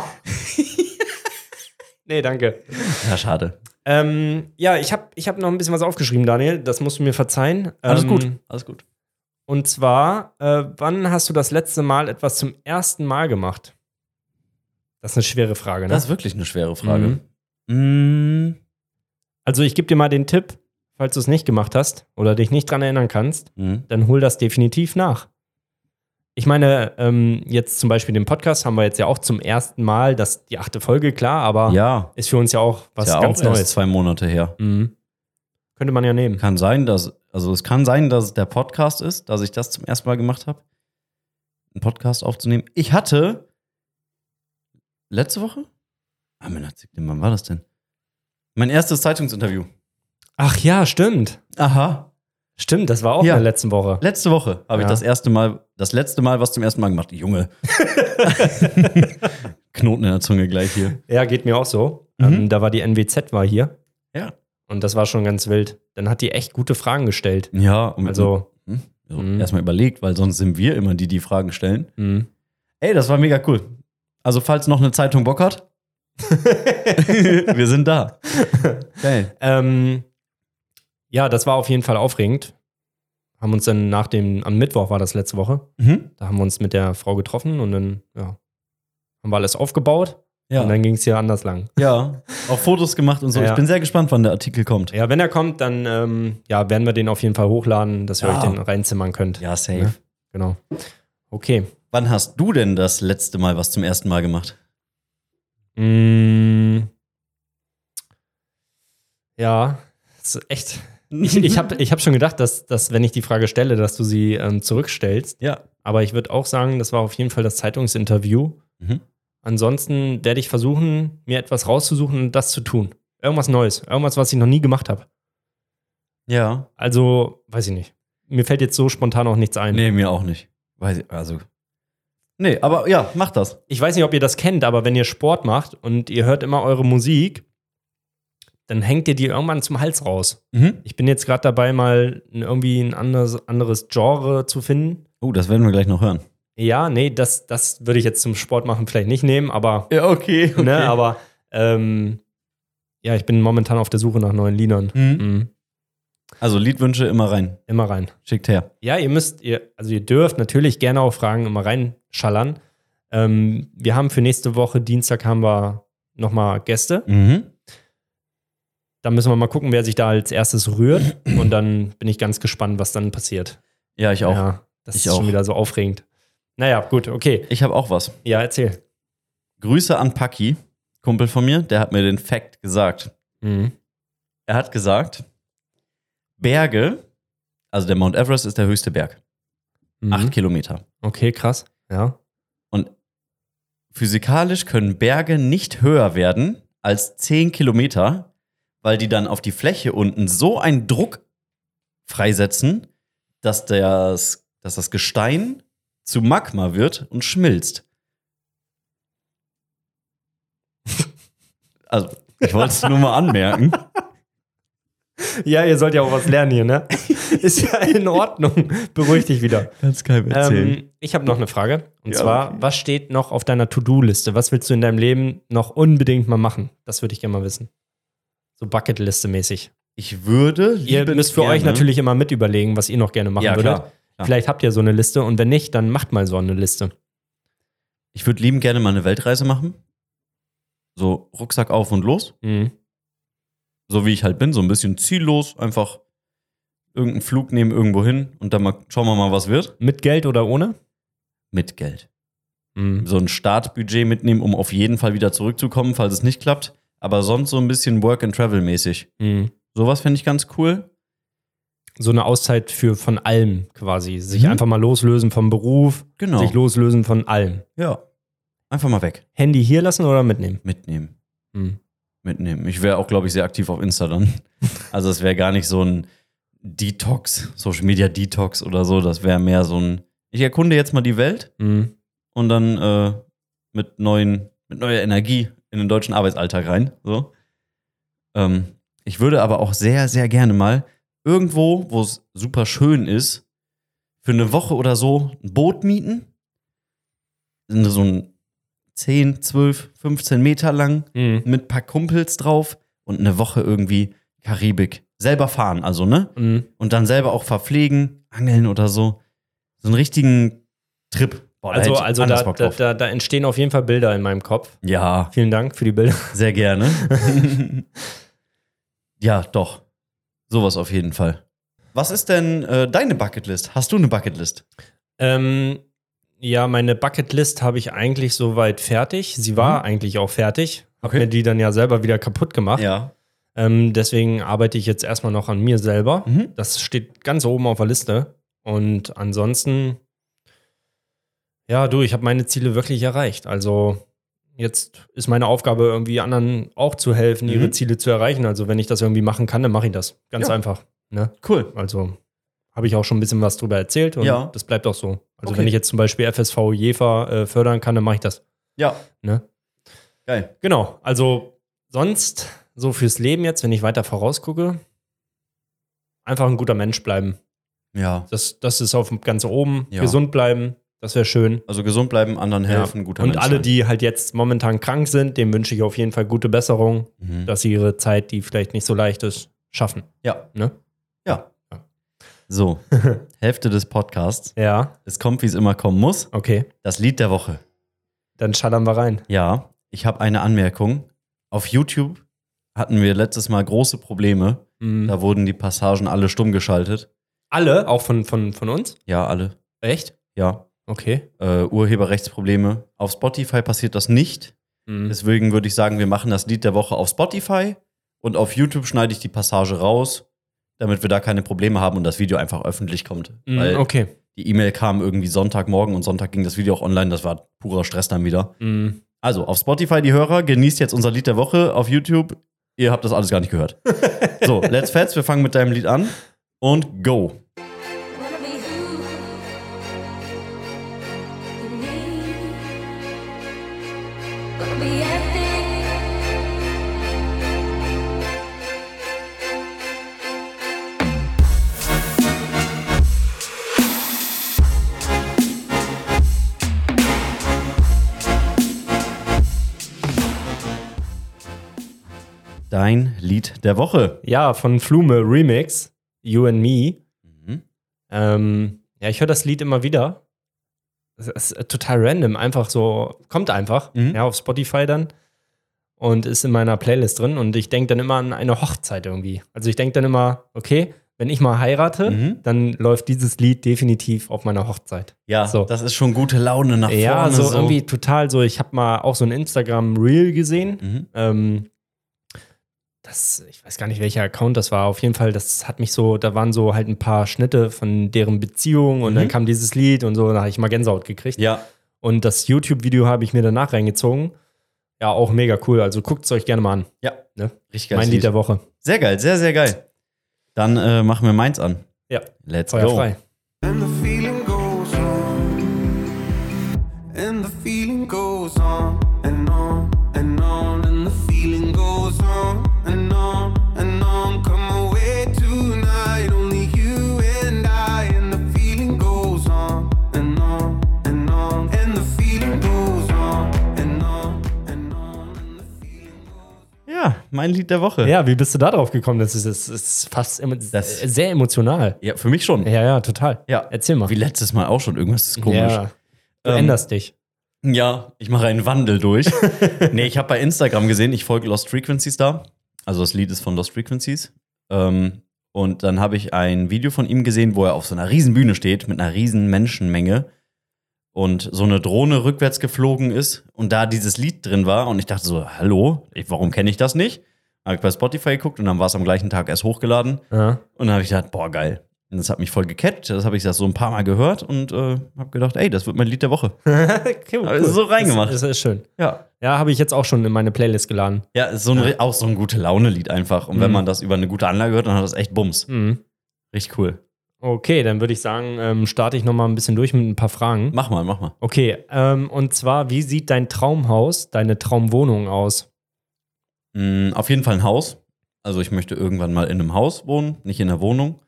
S1: nee, danke.
S2: Ja, schade.
S1: Ähm, ja, ich habe ich hab noch ein bisschen was aufgeschrieben, Daniel. Das musst du mir verzeihen.
S2: Alles
S1: ähm,
S2: gut. Alles gut.
S1: Und zwar, äh, wann hast du das letzte Mal etwas zum ersten Mal gemacht? Das ist eine schwere Frage, ne? Mhm.
S2: Das ist wirklich eine schwere Frage. Mm,
S1: also ich gebe dir mal den Tipp, falls du es nicht gemacht hast oder dich nicht dran erinnern kannst,
S2: mm.
S1: dann hol das definitiv nach. Ich meine, ähm, jetzt zum Beispiel den Podcast haben wir jetzt ja auch zum ersten Mal, das die achte Folge, klar, aber
S2: Ja,
S1: ist für uns ja auch Ah. was
S2: ist ja
S1: ganz
S2: auch erst
S1: Neues.
S2: zwei Monate her.
S1: Mhm. Könnte man ja nehmen.
S2: Kann sein, dass, also es kann sein, dass es der Podcast ist, dass ich das zum ersten Mal gemacht habe, einen Podcast aufzunehmen. Ich hatte letzte Woche? Ah, mein Gott, wann war das denn? Mein erstes Zeitungsinterview.
S1: Ach ja, stimmt.
S2: Aha.
S1: Stimmt, das war auch
S2: Ja.
S1: in der letzten Woche.
S2: Letzte Woche habe ich
S1: Ja.
S2: das erste Mal, das letzte Mal was zum ersten Mal gemacht. Junge. Knoten in der Zunge gleich hier.
S1: Ja, geht mir auch so.
S2: Mhm.
S1: Ähm, da war die NWZ war hier.
S2: Ja.
S1: Und das war schon ganz wild. Dann hat die echt gute Fragen gestellt.
S2: Ja, und also,
S1: Also,
S2: Hm? So,
S1: Mhm.
S2: Erstmal überlegt, weil sonst sind wir immer die, die Fragen stellen.
S1: mh.
S2: Ey, das war mega cool. Also, falls noch eine Zeitung Bock hat, wir sind da. Geil.
S1: ähm, ja, das war auf jeden Fall aufregend. Haben uns dann nach dem, am Mittwoch war das letzte Woche,
S2: Mhm.
S1: da haben wir uns mit der Frau getroffen und dann, ja, haben wir alles aufgebaut und
S2: Ja.
S1: dann ging es hier anders lang.
S2: ja. Auch Fotos gemacht und so.
S1: Ja.
S2: Ich bin sehr gespannt, wann der Artikel kommt.
S1: Ja, wenn er kommt, dann ähm, ja, werden wir den auf jeden Fall hochladen, dass ihr
S2: Ja.
S1: euch den reinzimmern könnt.
S2: Ja, safe.
S1: Ja. Genau. Okay.
S2: Wann hast du denn das letzte Mal was zum ersten Mal gemacht?
S1: Mm. Ja, das ist echt. Ich, ich habe ich hab schon gedacht, dass, dass, wenn ich die Frage stelle, dass du sie ähm, zurückstellst.
S2: Ja.
S1: Aber ich würde auch sagen, das war auf jeden Fall das Zeitungsinterview.
S2: Mhm.
S1: Ansonsten werde ich versuchen, mir etwas rauszusuchen und das zu tun. Irgendwas Neues. Irgendwas, was ich noch nie gemacht habe.
S2: Ja.
S1: Also, weiß ich nicht. Mir fällt jetzt so spontan auch nichts ein.
S2: Nee, mir auch nicht. Weiß ich, also. Nee, aber ja, mach das.
S1: ich weiß nicht, ob ihr das kennt, aber wenn ihr Sport macht und ihr hört immer eure Musik, dann hängt ihr die irgendwann zum Hals raus.
S2: Mhm.
S1: Ich bin jetzt gerade dabei, mal n- irgendwie ein anderes, anderes Genre zu finden.
S2: Oh, das werden wir gleich noch hören.
S1: Ja, nee, das, das würde ich jetzt zum Sport machen vielleicht nicht nehmen, aber,
S2: Ja, okay.
S1: ne, aber ähm, ja, ich bin momentan auf der Suche nach neuen Liedern.
S2: Mhm.
S1: Mhm.
S2: Also, Liedwünsche immer rein.
S1: Immer rein.
S2: Schickt her.
S1: Ja, ihr müsst, ihr, also ihr dürft natürlich gerne auch Fragen immer reinschallern. Ähm, wir haben für nächste Woche, Dienstag, haben wir nochmal Gäste.
S2: Mhm.
S1: Da müssen wir mal gucken, wer sich da als erstes rührt. Und dann bin ich ganz gespannt, was dann passiert.
S2: Ja, ich auch.
S1: Ja, das
S2: Ich
S1: ist
S2: auch.
S1: schon wieder so aufregend. Naja, gut, okay.
S2: Ich habe auch was.
S1: Ja, erzähl.
S2: Grüße an Paki, Kumpel von mir, der hat mir den Fact gesagt.
S1: Mhm.
S2: Er hat gesagt, Berge, also der Mount Everest ist der höchste Berg,
S1: Mhm.
S2: acht Kilometer.
S1: Okay, krass. Ja.
S2: Physikalisch können Berge nicht höher werden als zehn Kilometer, weil die dann auf die Fläche unten so einen Druck freisetzen, dass das, dass das Gestein zu Magma wird und schmilzt. Also, ich wollte es nur mal anmerken.
S1: Ja, ihr sollt ja auch was lernen hier, ne? ist ja in Ordnung. Beruhig dich wieder.
S2: Kannst keinem
S1: Ähm, ich habe noch eine Frage. Und
S2: Ja,
S1: zwar,
S2: okay.
S1: was steht noch auf deiner To-Do-Liste? Was willst du in deinem Leben noch unbedingt mal machen? Das würde ich gerne mal wissen. So Bucketliste mäßig.
S2: ich würde.
S1: Ihr
S2: liebend
S1: müsst für euch
S2: gerne-
S1: natürlich immer mit überlegen, was ihr noch gerne machen
S2: Ja,
S1: würdet.
S2: klar. Ja.
S1: Vielleicht habt ihr so eine Liste und wenn nicht, dann macht mal so eine Liste.
S2: Ich würde lieben gerne mal eine Weltreise machen. So Rucksack auf und los.
S1: Mhm.
S2: So wie ich halt bin, so ein bisschen ziellos. Einfach irgendeinen Flug nehmen, irgendwo hin und dann mal schauen wir mal, was wird.
S1: Mit Geld oder ohne?
S2: Mit Geld.
S1: Mhm.
S2: So ein Startbudget mitnehmen, um auf jeden Fall wieder zurückzukommen, falls es nicht klappt. Aber sonst so ein bisschen Work and Travel mäßig.
S1: Mhm.
S2: Sowas fände ich ganz cool.
S1: so eine Auszeit für von allem quasi. Sich
S2: Mhm.
S1: einfach mal loslösen vom Beruf,
S2: Genau.
S1: sich loslösen von allem.
S2: Ja. Einfach mal weg.
S1: Handy hier lassen oder mitnehmen?
S2: Mitnehmen.
S1: Hm.
S2: mitnehmen. Ich wäre auch, glaube ich, sehr aktiv auf Insta dann. Also es wäre gar nicht so ein Detox, Social Media Detox oder so. Das wäre mehr so ein, ich erkunde jetzt mal die Welt
S1: Hm.
S2: und dann äh, mit, neuen, mit neuer Energie in den deutschen Arbeitsalltag rein. So. Ähm, ich würde aber auch sehr, sehr gerne mal irgendwo, wo es super schön ist, für eine Woche oder so ein Boot mieten. So ein 10, 12, 15 Meter lang
S1: Hm.
S2: mit ein paar Kumpels drauf und eine Woche irgendwie Karibik. Selber fahren, also, ne?
S1: Hm.
S2: Und dann selber auch verpflegen, angeln oder so. So einen richtigen Trip. Boah, da
S1: Also,
S2: hätte ich
S1: also
S2: anders
S1: da,
S2: Bock
S1: da,
S2: drauf.
S1: da, da entstehen auf jeden Fall Bilder in meinem Kopf.
S2: Ja,
S1: Vielen Dank für die Bilder.
S2: sehr gerne. ja, doch. Sowas auf jeden Fall. Was ist denn äh, deine Bucketlist? Hast du eine Bucketlist?
S1: Ähm, ja, meine Bucketlist habe ich eigentlich soweit fertig. Sie war
S2: Mhm.
S1: eigentlich auch fertig. Hab
S2: Okay.
S1: mir die dann ja selber wieder kaputt gemacht.
S2: Ja.
S1: Ähm, deswegen arbeite ich jetzt erstmal noch an mir selber.
S2: Mhm.
S1: Das steht ganz oben auf der Liste. Und ansonsten, ja, du, ich habe meine Ziele wirklich erreicht. Also jetzt ist meine Aufgabe, irgendwie anderen auch zu helfen, ihre
S2: Mhm.
S1: Ziele zu erreichen. Also wenn ich das irgendwie machen kann, dann mache ich das. Ganz
S2: Ja.
S1: einfach. Ne?
S2: Cool.
S1: Also habe ich auch schon ein bisschen was drüber erzählt und
S2: Ja.
S1: das bleibt auch so. Also
S2: Okay.
S1: wenn ich jetzt zum Beispiel FSV Jefer äh, fördern kann, dann mache ich das.
S2: Ja.
S1: Ne?
S2: Geil.
S1: Genau, also sonst so fürs Leben jetzt, wenn ich weiter vorausgucke, einfach ein guter Mensch bleiben.
S2: Ja.
S1: Das, das ist auf ganz oben,
S2: Ja.
S1: gesund bleiben, das wäre schön.
S2: Also gesund bleiben, anderen helfen,
S1: ja.
S2: guter
S1: Und
S2: Mensch
S1: alle,
S2: sein.
S1: die halt jetzt momentan krank sind, dem wünsche ich auf jeden Fall gute Besserung,
S2: Mhm.
S1: dass sie ihre Zeit, die vielleicht nicht so leicht ist, schaffen.
S2: Ja.
S1: Ne?
S2: Ja. So, Hälfte des Podcasts.
S1: Ja,
S2: Es kommt, wie es immer kommen muss.
S1: okay.
S2: Das Lied der Woche.
S1: Dann schallern wir rein.
S2: Ja, ich habe eine Anmerkung. Auf YouTube hatten wir letztes Mal große Probleme.
S1: Mhm.
S2: Da wurden die Passagen alle stumm geschaltet.
S1: Alle, auch von, von, von uns?
S2: Ja, alle.
S1: Echt?
S2: Ja.
S1: Okay.
S2: Äh, Urheberrechtsprobleme. Auf Spotify passiert das nicht.
S1: Mhm.
S2: Deswegen würde ich sagen, wir machen das Lied der Woche auf Spotify und auf YouTube schneide ich die Passage raus, damit wir da keine Probleme haben und das Video einfach öffentlich kommt.
S1: Mhm,
S2: Weil
S1: okay.
S2: die E-Mail kam irgendwie Sonntagmorgen und Sonntag ging das Video auch online. Das war purer Stress dann wieder.
S1: Mhm.
S2: Also auf Spotify die Hörer, genießt jetzt unser Lied der Woche auf YouTube. Ihr habt das alles gar nicht gehört. so, let's fetz, wir fangen mit deinem Lied an und go.
S3: Wanna be who you need. Gonna be everything.
S2: Dein Lied der Woche.
S1: Ja, von Flume Remix, You and Me.
S2: Mhm.
S1: Ähm, ja, ich höre das Lied immer wieder. Es ist äh, total random, einfach so, kommt einfach,
S2: Mhm.
S1: ja, auf Spotify dann und ist in meiner Playlist drin und ich denke dann immer an eine Hochzeit irgendwie. Also ich denke dann immer, okay, wenn ich mal heirate,
S2: Mhm.
S1: dann läuft dieses Lied definitiv auf meiner Hochzeit.
S2: Ja,
S1: So.
S2: das ist schon gute Laune nach vorne.
S1: ja, so, irgendwie total so, ich habe mal auch so ein Instagram-Reel gesehen,
S2: Mhm.
S1: ähm, das, ich weiß gar nicht, welcher Account das war. Auf jeden Fall, das hat mich so, da waren so halt ein paar Schnitte von deren Beziehung und
S2: Mhm.
S1: dann kam dieses Lied und so, da habe ich mal Gänsehaut gekriegt.
S2: Ja,
S1: Und das YouTube-Video habe ich mir danach reingezogen. Ja, auch mega cool. Also guckt es euch gerne mal an.
S2: ja.
S1: Ne?
S2: Richtig geil.
S1: mein Lied der Woche.
S2: Sehr geil, sehr, sehr geil. Dann äh, machen wir meins an.
S1: Ja,
S2: Let's go.
S1: feuerfrei.
S4: And the feeling goes on. And the feeling goes on and on and on. And the feeling goes on and on and on. Come away tonight, only you and I. And the feeling goes on and on and on. And the feeling goes on and on and on. And the feeling goes on.
S2: Ja, mein Lied der Woche.
S1: Ja, wie bist du da drauf gekommen? Das ist, das ist fast emo äh,
S2: Das-
S1: sehr emotional.
S2: Ja, für mich schon.
S1: Ja, ja, total.
S2: Ja.
S1: Erzähl mal.
S2: Wie letztes Mal auch schon. Irgendwas ist komisch.
S1: Ja. Du
S2: Ähm,
S1: änderst dich.
S2: Ja, ich mache einen Wandel durch. nee, ich habe bei Instagram gesehen, ich folge Lost Frequencies da. Also das Lied ist von Lost Frequencies. Ähm, und dann habe ich ein Video von ihm gesehen, wo er auf so einer riesen Bühne steht mit einer riesen Menschenmenge und so eine Drohne rückwärts geflogen ist und da dieses Lied drin war und ich dachte so, hallo, ich, warum kenne ich das nicht? Habe ich bei Spotify geguckt und dann war es am gleichen Tag erst hochgeladen
S1: Ja.
S2: und dann habe ich gedacht, boah, geil. Und das hat mich voll gecatcht. Das habe ich das so ein paar Mal gehört und äh, habe gedacht, ey, das wird mein Lied der Woche.
S1: okay,
S2: Aber so reingemacht.
S1: Das, das ist schön.
S2: Ja.
S1: Ja, habe ich jetzt auch schon in meine Playlist geladen.
S2: Ja, ist so ein, auch so ein gute Laune-Lied einfach. Und wenn
S1: Mhm.
S2: man das über eine gute Anlage hört, dann hat das echt Bums.
S1: Mhm.
S2: Richtig cool.
S1: Okay, dann würde ich sagen, ähm, starte ich nochmal ein bisschen durch mit ein paar Fragen.
S2: Mach mal, mach mal.
S1: Okay, ähm, und zwar, wie sieht dein Traumhaus, deine Traumwohnung aus?
S2: Mm, auf jeden Fall ein Haus. Also ich möchte irgendwann mal in einem Haus wohnen, nicht in einer Wohnung.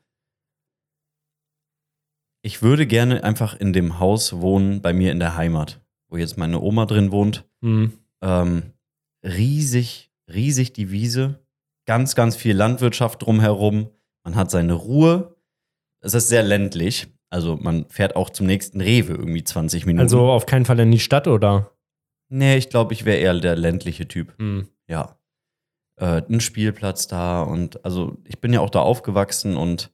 S2: Ich würde gerne einfach in dem Haus wohnen, bei mir in der Heimat, wo jetzt meine Oma drin wohnt.
S1: Mhm.
S2: Ähm, riesig, riesig die Wiese. Ganz, ganz viel Landwirtschaft drumherum. Man hat seine Ruhe. Es ist sehr ländlich. Also man fährt auch zum nächsten Rewe irgendwie 20 Minuten.
S1: Also auf keinen Fall in die Stadt, oder?
S2: nee, ich glaube, ich wäre eher der ländliche Typ.
S1: Mhm.
S2: Ja. Äh, ein Spielplatz da und also ich bin ja auch da aufgewachsen und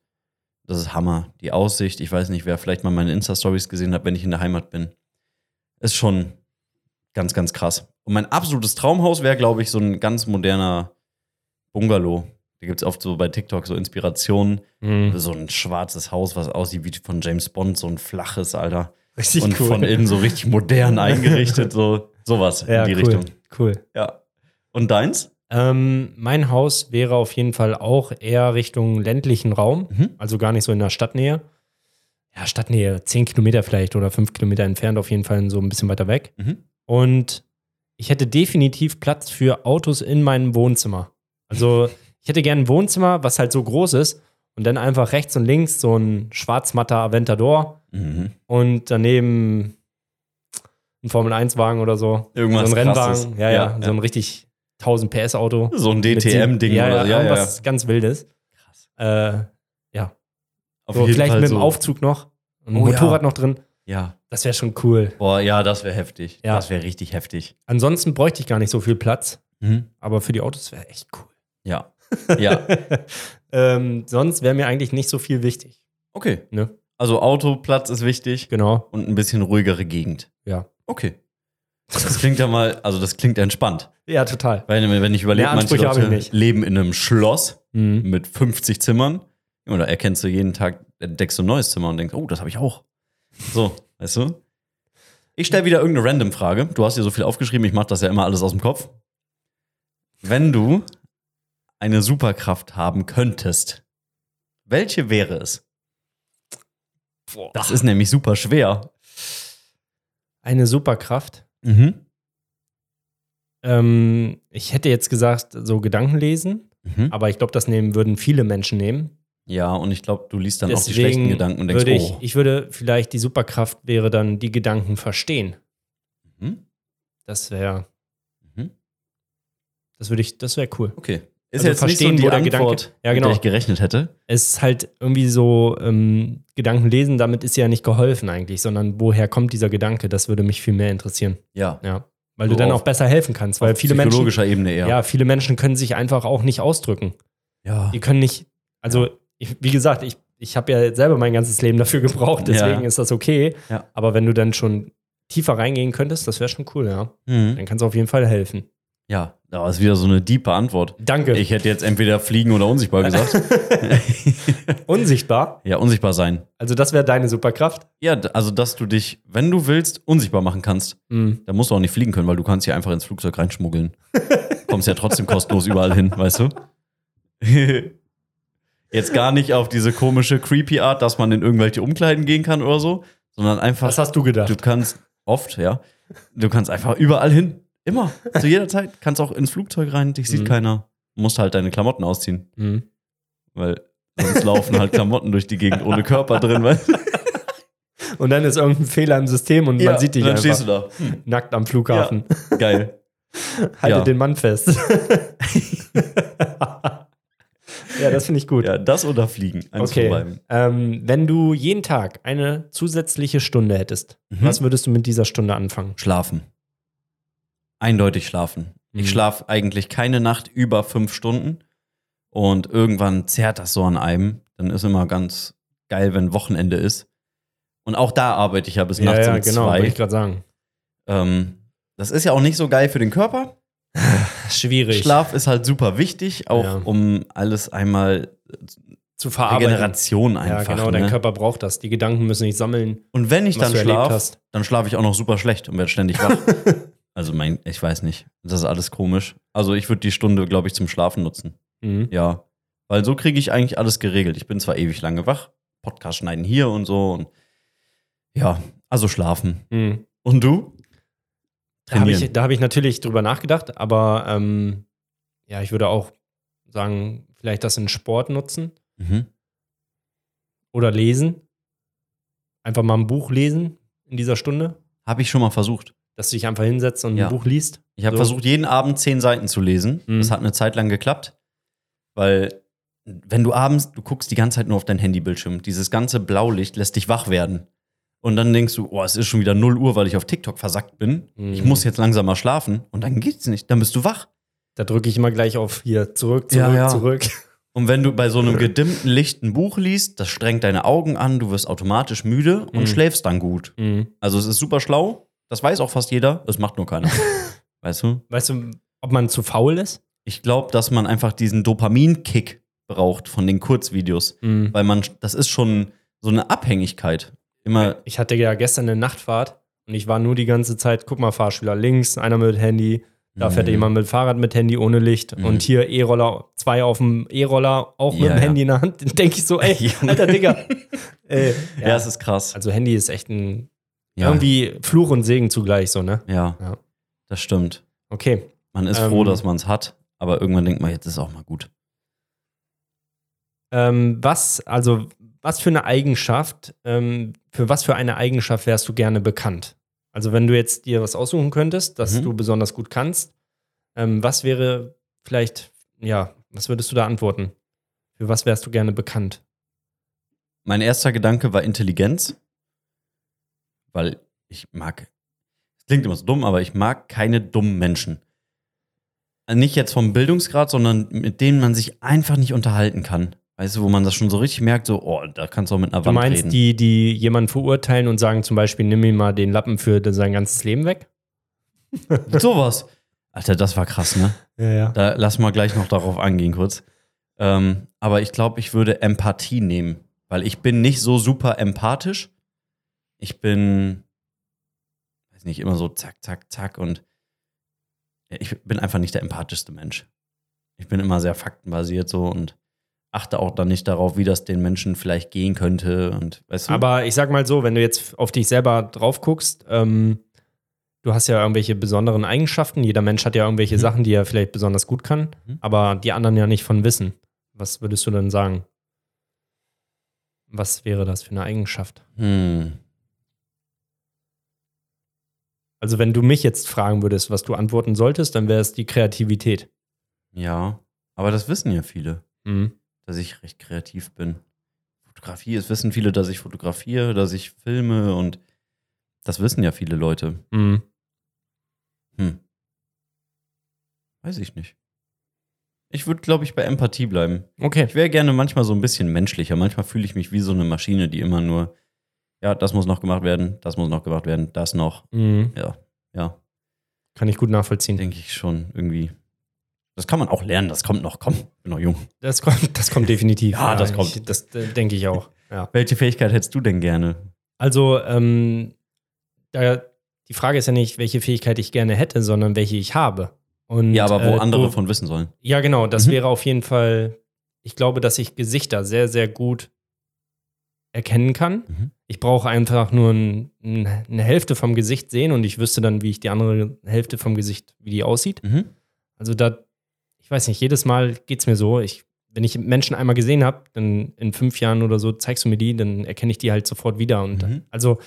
S2: das ist Hammer. Die Aussicht, ich weiß nicht, wer vielleicht mal meine Insta-Stories gesehen hat, wenn ich in der Heimat bin, ist schon ganz, ganz krass. Und mein absolutes Traumhaus wäre, glaube ich, so ein ganz moderner Bungalow. Da gibt es oft so bei TikTok so Inspirationen.
S1: Mhm.
S2: So ein schwarzes Haus, was aussieht wie von James Bond, so ein flaches, Alter.
S1: Richtig
S2: und von innen so richtig modern eingerichtet, so sowas
S1: ja,
S2: in die
S1: cool.
S2: Richtung.
S1: Cool.
S2: Ja. Und deins?
S1: Ähm, mein Haus wäre auf jeden Fall auch eher Richtung ländlichen Raum,
S2: Mhm.
S1: also gar nicht so in der Stadtnähe. Ja, Stadtnähe, 10 Kilometer vielleicht oder 5 Kilometer entfernt, auf jeden Fall so ein bisschen weiter weg.
S2: Mhm.
S1: Und ich hätte definitiv Platz für Autos in meinem Wohnzimmer. Also ich hätte gerne ein Wohnzimmer, was halt so groß ist und dann einfach rechts und links so ein schwarzmatter Aventador
S2: Mhm.
S1: und daneben ein Formel-1-Wagen oder so. So
S2: Irgendwas
S1: ein
S2: krasses.
S1: Rennwagen, ja, ja, so ein richtig 1000 PS-Auto.
S2: so ein
S1: Mit
S2: DTM-Ding
S1: ja,
S2: oder
S1: ja,
S2: so. Ja, ja,
S1: irgendwas ganz Wildes.
S2: Krass.
S1: Äh,
S2: Auf
S1: so,
S2: jeden
S1: vielleicht
S2: Fall
S1: mit dem
S2: so.
S1: Aufzug noch, ein
S2: Oh,
S1: Motorrad
S2: ja.
S1: noch drin.
S2: Ja.
S1: Das wäre schon cool.
S2: Boah, ja, das wäre heftig.
S1: Ja.
S2: Das wäre richtig heftig.
S1: Ansonsten bräuchte ich gar nicht so viel Platz,
S2: Mhm.
S1: aber für die Autos wäre echt cool.
S2: Ja. Ja.
S1: ähm, sonst wäre mir eigentlich nicht so viel wichtig.
S2: Okay.
S1: Ne?
S2: Also Autoplatz ist wichtig
S1: Genau.
S2: und ein bisschen ruhigere Gegend.
S1: Ja.
S2: Okay. Das klingt ja mal, also das klingt entspannt.
S1: Ja, total.
S2: Weil wenn ich überlege,
S1: Mehr
S2: manche
S1: Ansprüche hab ich
S2: Leute
S1: nicht.
S2: leben in einem Schloss
S1: Mhm.
S2: mit 50 Zimmern. Und da erkennst du jeden Tag, entdeckst du ein neues Zimmer und denkst, oh, das habe ich auch. So, weißt du? Ich stelle wieder irgendeine random Frage. Du hast dir so viel aufgeschrieben, ich mache das ja immer alles aus dem Kopf. Wenn du eine Superkraft haben könntest, welche wäre es? Das ist nämlich super schwer.
S1: Eine Superkraft.
S2: Mhm.
S1: Ähm, ich hätte jetzt gesagt, so Gedanken lesen,
S2: Mhm.
S1: aber ich glaube, das nehmen, würden viele Menschen nehmen.
S2: Ja, und ich glaube, du liest dann auch die
S1: Deswegen
S2: schlechten Gedanken und denkst,
S1: würde ich,
S2: oh.
S1: ich würde vielleicht die Superkraft wäre dann die Gedanken verstehen.
S2: Mhm.
S1: Das wäre,
S2: Mhm.
S1: das würde ich, das wäre cool.
S2: Okay. Ist
S1: Also
S2: jetzt nicht so
S1: verstehen,
S2: die
S1: wo der Gedanke-
S2: Antwort,
S1: Ja,
S2: mit
S1: genau.
S2: der ich gerechnet hätte.
S1: Es ist halt irgendwie so, ähm, Gedanken lesen, damit ist ja nicht geholfen eigentlich, sondern woher kommt dieser Gedanke? Das würde mich viel mehr interessieren.
S2: Ja.
S1: Ja. Weil
S2: So
S1: du dann
S2: auf-
S1: auch besser helfen kannst, weil
S2: Auf
S1: viele Menschen,
S2: psychologischer Ebene eher.
S1: ja. viele Menschen können sich einfach auch nicht ausdrücken.
S2: ja.
S1: Die können nicht, also ich, wie gesagt, ich, ich habe ja selber mein ganzes Leben dafür gebraucht, deswegen
S2: Ja.
S1: ist das okay.
S2: Ja.
S1: Aber wenn du dann schon tiefer reingehen könntest, das wäre schon cool, ja.
S2: Mhm.
S1: Dann kannst du auf jeden Fall helfen.
S2: Ja, da ist wieder so eine diepe Antwort.
S1: Danke.
S2: Ich hätte jetzt entweder fliegen oder unsichtbar gesagt.
S1: Unsichtbar,
S2: ja, unsichtbar sein.
S1: also das wäre deine Superkraft.
S2: Ja, d- also dass du dich, wenn du willst, unsichtbar machen kannst.
S1: Mhm.
S2: Dann musst du auch nicht fliegen können, weil du kannst hier einfach ins Flugzeug reinschmuggeln. Kommst ja trotzdem kostenlos überall hin, weißt du? jetzt gar nicht auf diese komische creepy Art, dass man in irgendwelche Umkleiden gehen kann oder so, sondern einfach
S1: Was hast du gedacht?
S2: Du kannst oft, ja. Du kannst einfach überall hin. Immer. Zu jeder Zeit. Kannst auch ins Flugzeug rein, dich sieht
S1: Mhm.
S2: keiner. Musst halt deine Klamotten ausziehen.
S1: Mhm.
S2: Weil sonst laufen halt Klamotten durch die Gegend ohne Körper drin. Weil
S1: Und dann ist irgendein Fehler im System und man sieht dich
S2: Dann
S1: einfach
S2: stehst du da. Hm,
S1: nackt am Flughafen.
S2: geil.
S1: Halte
S2: Ja.
S1: den Mann fest. ja, das finde ich gut.
S2: Ja, das oder fliegen. Eins von
S1: okay.
S2: beiden.
S1: Ähm, wenn du jeden Tag eine zusätzliche Stunde hättest,
S2: Mhm.
S1: was würdest du mit dieser Stunde anfangen?
S2: Schlafen. Eindeutig schlafen.
S1: Mhm.
S2: Ich schlafe eigentlich keine Nacht über fünf Stunden. Und irgendwann zerrt das so an einem. Dann ist immer ganz geil, wenn Wochenende ist. Und auch da arbeite ich ja bis nachts um
S1: genau,
S2: zwei.
S1: wollte ich gerade sagen.
S2: Ähm, das ist ja auch nicht so geil für den Körper.
S1: Schwierig.
S2: Schlaf ist halt super wichtig, auch
S1: Ja.
S2: um alles einmal
S1: zu verarbeiten.
S2: Regeneration
S1: ja,
S2: einfach.
S1: genau, dein
S2: ne?
S1: Körper braucht das. Die Gedanken müssen nicht sammeln.
S2: Und wenn ich
S1: was
S2: dann
S1: du erlebt
S2: schlafe,
S1: hast.
S2: dann schlafe ich auch noch super schlecht und werde ständig wach. also mein, ich weiß nicht. Das ist alles komisch. Also ich würde die Stunde, glaube ich, zum Schlafen nutzen.
S1: Mhm.
S2: Ja. Weil so kriege ich eigentlich alles geregelt. Ich bin zwar ewig lange wach, Podcast schneiden hier und so und ja, also schlafen.
S1: Mhm.
S2: Und du?
S1: Da habe
S2: Trainieren.
S1: ich, da hab ich natürlich drüber nachgedacht, aber ähm, ja, ich würde auch sagen, vielleicht das in Sport nutzen
S2: Mhm.
S1: oder lesen. Einfach mal ein Buch lesen in dieser Stunde,
S2: Habe ich schon mal versucht.
S1: dass du dich einfach hinsetzt und
S2: Ja.
S1: ein Buch liest.
S2: Ich habe
S1: So.
S2: versucht, jeden Abend zehn Seiten zu lesen.
S1: Mhm.
S2: Das hat eine Zeit lang geklappt, weil wenn du abends, du guckst die ganze Zeit nur auf dein Handybildschirm, dieses ganze Blaulicht lässt dich wach werden. Und dann denkst du, oh, es ist schon wieder 0 Uhr, weil ich auf TikTok versackt bin.
S1: Mhm.
S2: Ich muss jetzt langsam mal schlafen. Und dann geht's nicht. Dann bist du wach.
S1: Da drücke ich immer gleich auf hier zurück, zurück,
S2: Ja, ja.
S1: zurück.
S2: Und wenn du bei so einem gedimmten Licht ein Buch liest, das strengt deine Augen an, du wirst automatisch müde und
S1: Mhm.
S2: schläfst dann gut.
S1: Mhm.
S2: Also es ist super schlau. Das weiß auch fast jeder. Es macht nur keiner. weißt du?
S1: Weißt du, ob man zu faul ist?
S2: Ich glaube, dass man einfach diesen Dopamin-Kick braucht von den Kurzvideos,
S1: Mhm.
S2: weil man, das ist schon so eine Abhängigkeit. Immer,
S1: Ich hatte ja gestern eine Nachtfahrt und ich war nur die ganze Zeit, guck mal, Fahrschüler links, einer mit Handy, da
S2: Mhm.
S1: fährt jemand mit Fahrrad mit Handy ohne Licht
S2: Mhm.
S1: und hier E-Roller, zwei auf dem E-Roller, auch mit
S2: Ja,
S1: dem
S2: ja.
S1: Handy in der Hand. Dann denke ich so, ey,
S2: Junge.
S1: alter Digga. ey,
S2: ja, es ist krass.
S1: also Handy ist echt ein,
S2: ja,
S1: irgendwie Fluch und Segen zugleich so, ne?
S2: ja,
S1: Ja.
S2: das stimmt.
S1: Okay,
S2: Man ist
S1: Ähm.
S2: froh, dass man es hat, aber irgendwann denkt man, jetzt ist auch mal gut.
S1: ähm, was, also was für eine Eigenschaft, ähm, für was für eine Eigenschaft wärst du gerne bekannt? Also wenn du jetzt dir was aussuchen könntest, das
S2: Mhm.
S1: du besonders gut kannst, ähm, was wäre vielleicht, ja, was würdest du da antworten? Für was wärst du gerne bekannt?
S2: Mein erster Gedanke war Intelligenz, weil ich mag, es klingt immer so dumm, aber ich mag keine dummen Menschen. Nicht jetzt vom Bildungsgrad, sondern mit denen man sich einfach nicht unterhalten kann. Weißt du, wo man das schon so richtig merkt, so, oh, da kannst du auch mit einer
S1: Du
S2: Wand
S1: meinst
S2: reden.
S1: die, die jemanden verurteilen und sagen zum Beispiel, nimm ihm mal den Lappen für sein ganzes Leben weg?
S2: Sowas. Alter, das war krass, ne?
S1: Ja, ja.
S2: Da lass mal gleich noch darauf angehen kurz. Ähm, aber ich glaube, ich würde Empathie nehmen, weil ich bin nicht so super empathisch. Ich bin, weiß nicht, immer so zack, zack, zack und ja, ich bin einfach nicht der empathischste Mensch. Ich bin immer sehr faktenbasiert so und achte auch dann nicht darauf, wie das den Menschen vielleicht gehen könnte und weißt du?
S1: Aber ich sag mal so, wenn du jetzt auf dich selber drauf guckst, ähm, du hast ja irgendwelche besonderen Eigenschaften. Jeder Mensch hat ja irgendwelche
S2: Mhm.
S1: Sachen, die er vielleicht besonders gut kann,
S2: Mhm.
S1: aber die anderen ja nicht von wissen. Was würdest du denn sagen? Was wäre das für eine Eigenschaft?
S2: hm.
S1: Also, wenn du mich jetzt fragen würdest, was du antworten solltest, dann wäre es die Kreativität.
S2: ja, aber das wissen ja viele. dass ich recht kreativ bin. Fotografie, es wissen viele, dass ich fotografiere, dass ich filme und das wissen ja viele Leute.
S1: Mhm.
S2: Hm. Weiß ich nicht. Ich würde, glaube ich, bei Empathie bleiben.
S1: Okay.
S2: Ich wäre gerne manchmal so ein bisschen menschlicher. Manchmal fühle ich mich wie so eine Maschine, die immer nur, ja, das muss noch gemacht werden, das muss noch gemacht werden, das noch.
S1: Mhm.
S2: Ja, ja,
S1: Kann ich gut nachvollziehen.
S2: denke ich schon irgendwie. Das kann man auch lernen, das kommt noch. Komm, bin noch jung.
S1: Das kommt, das kommt definitiv.
S2: Ja, das
S1: Ich,
S2: kommt.
S1: das äh, denke ich auch. Ja.
S2: Welche Fähigkeit hättest du denn gerne?
S1: Also, ähm, da, die Frage ist ja nicht, welche Fähigkeit ich gerne hätte, sondern welche ich habe. Und,
S2: Ja, aber wo
S1: äh,
S2: andere
S1: du-
S2: von wissen sollen.
S1: Ja, genau. Das
S2: Mhm.
S1: wäre auf jeden Fall. Ich glaube, dass ich Gesichter sehr, sehr gut erkennen kann.
S2: Mhm.
S1: Ich brauche einfach nur ein, ein, eine Hälfte vom Gesicht sehen und ich wüsste dann, wie ich die andere Hälfte vom Gesicht, wie die aussieht.
S2: Mhm.
S1: Also da, ich weiß nicht, jedes Mal geht es mir so. Ich, wenn ich Menschen einmal gesehen habe, dann in fünf Jahren oder so zeigst du mir die, dann erkenne ich die halt sofort wieder. Und
S2: Mhm.
S1: also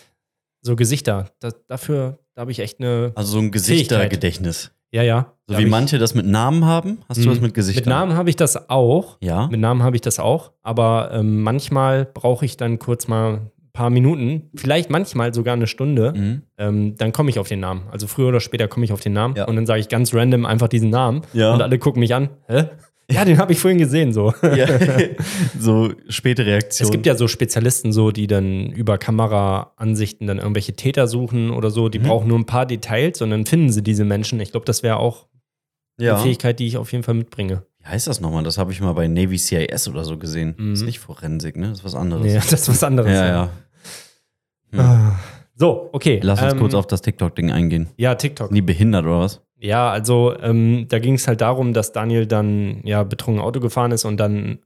S1: so Gesichter, da, dafür, da habe ich echt eine.
S2: Also so ein Gesichtergedächtnis.
S1: Ja, ja. da
S2: So wie
S1: hab ich-
S2: manche das mit Namen haben, hast du
S1: Mhm.
S2: das mit Gesichtern?
S1: Mit Namen habe ich das auch.
S2: Ja.
S1: Mit Namen habe ich das auch. Aber ähm, manchmal brauche ich dann kurz mal ein paar Minuten, vielleicht manchmal sogar eine Stunde.
S2: mhm.
S1: Ähm, dann komme ich auf den Namen. Also früher oder später komme ich auf den Namen
S2: Ja.
S1: und dann sage ich ganz random einfach diesen Namen.
S2: Ja.
S1: Und alle gucken mich an. Hä? Ja, den habe ich vorhin gesehen. So.
S2: ja. so späte Reaktion.
S1: Es gibt ja so Spezialisten, so, die dann über Kameraansichten dann irgendwelche Täter suchen oder so. Die
S2: Mhm.
S1: brauchen nur ein paar Details und dann finden sie diese Menschen. Ich glaube, das wäre auch
S2: ja.
S1: eine Fähigkeit, die ich auf jeden Fall mitbringe.
S2: Wie heißt das nochmal? Das habe ich mal bei Navy CIS oder so gesehen.
S1: Mhm.
S2: Ist nicht Forensik, ne? Das ist was anderes.
S1: Nee, das ist was anderes.
S2: ja, ja.
S1: Ah. So, okay.
S2: Lass uns
S1: ähm,
S2: kurz auf das TikTok-Ding eingehen.
S1: Ja, TikTok.
S2: Sind die behindert oder was?
S1: Ja, also ähm, da ging es halt darum, dass Daniel dann ja betrunken Auto gefahren ist und dann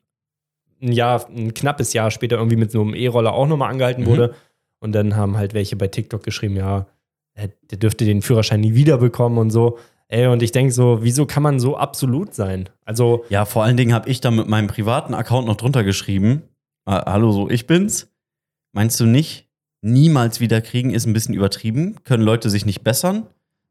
S1: ein Jahr, ein knappes Jahr später irgendwie mit so einem E-Roller auch nochmal angehalten
S2: Mhm.
S1: wurde. Und dann haben halt welche bei TikTok geschrieben, ja, äh, der dürfte den Führerschein nie wiederbekommen und so. Ey, und ich denke so, wieso kann man so absolut sein? Also,
S2: Ja, vor allen Dingen habe ich da mit meinem privaten Account noch drunter geschrieben. äh, hallo, so ich bin's. Meinst du nicht? Niemals wieder kriegen ist ein bisschen übertrieben. Können Leute sich nicht bessern?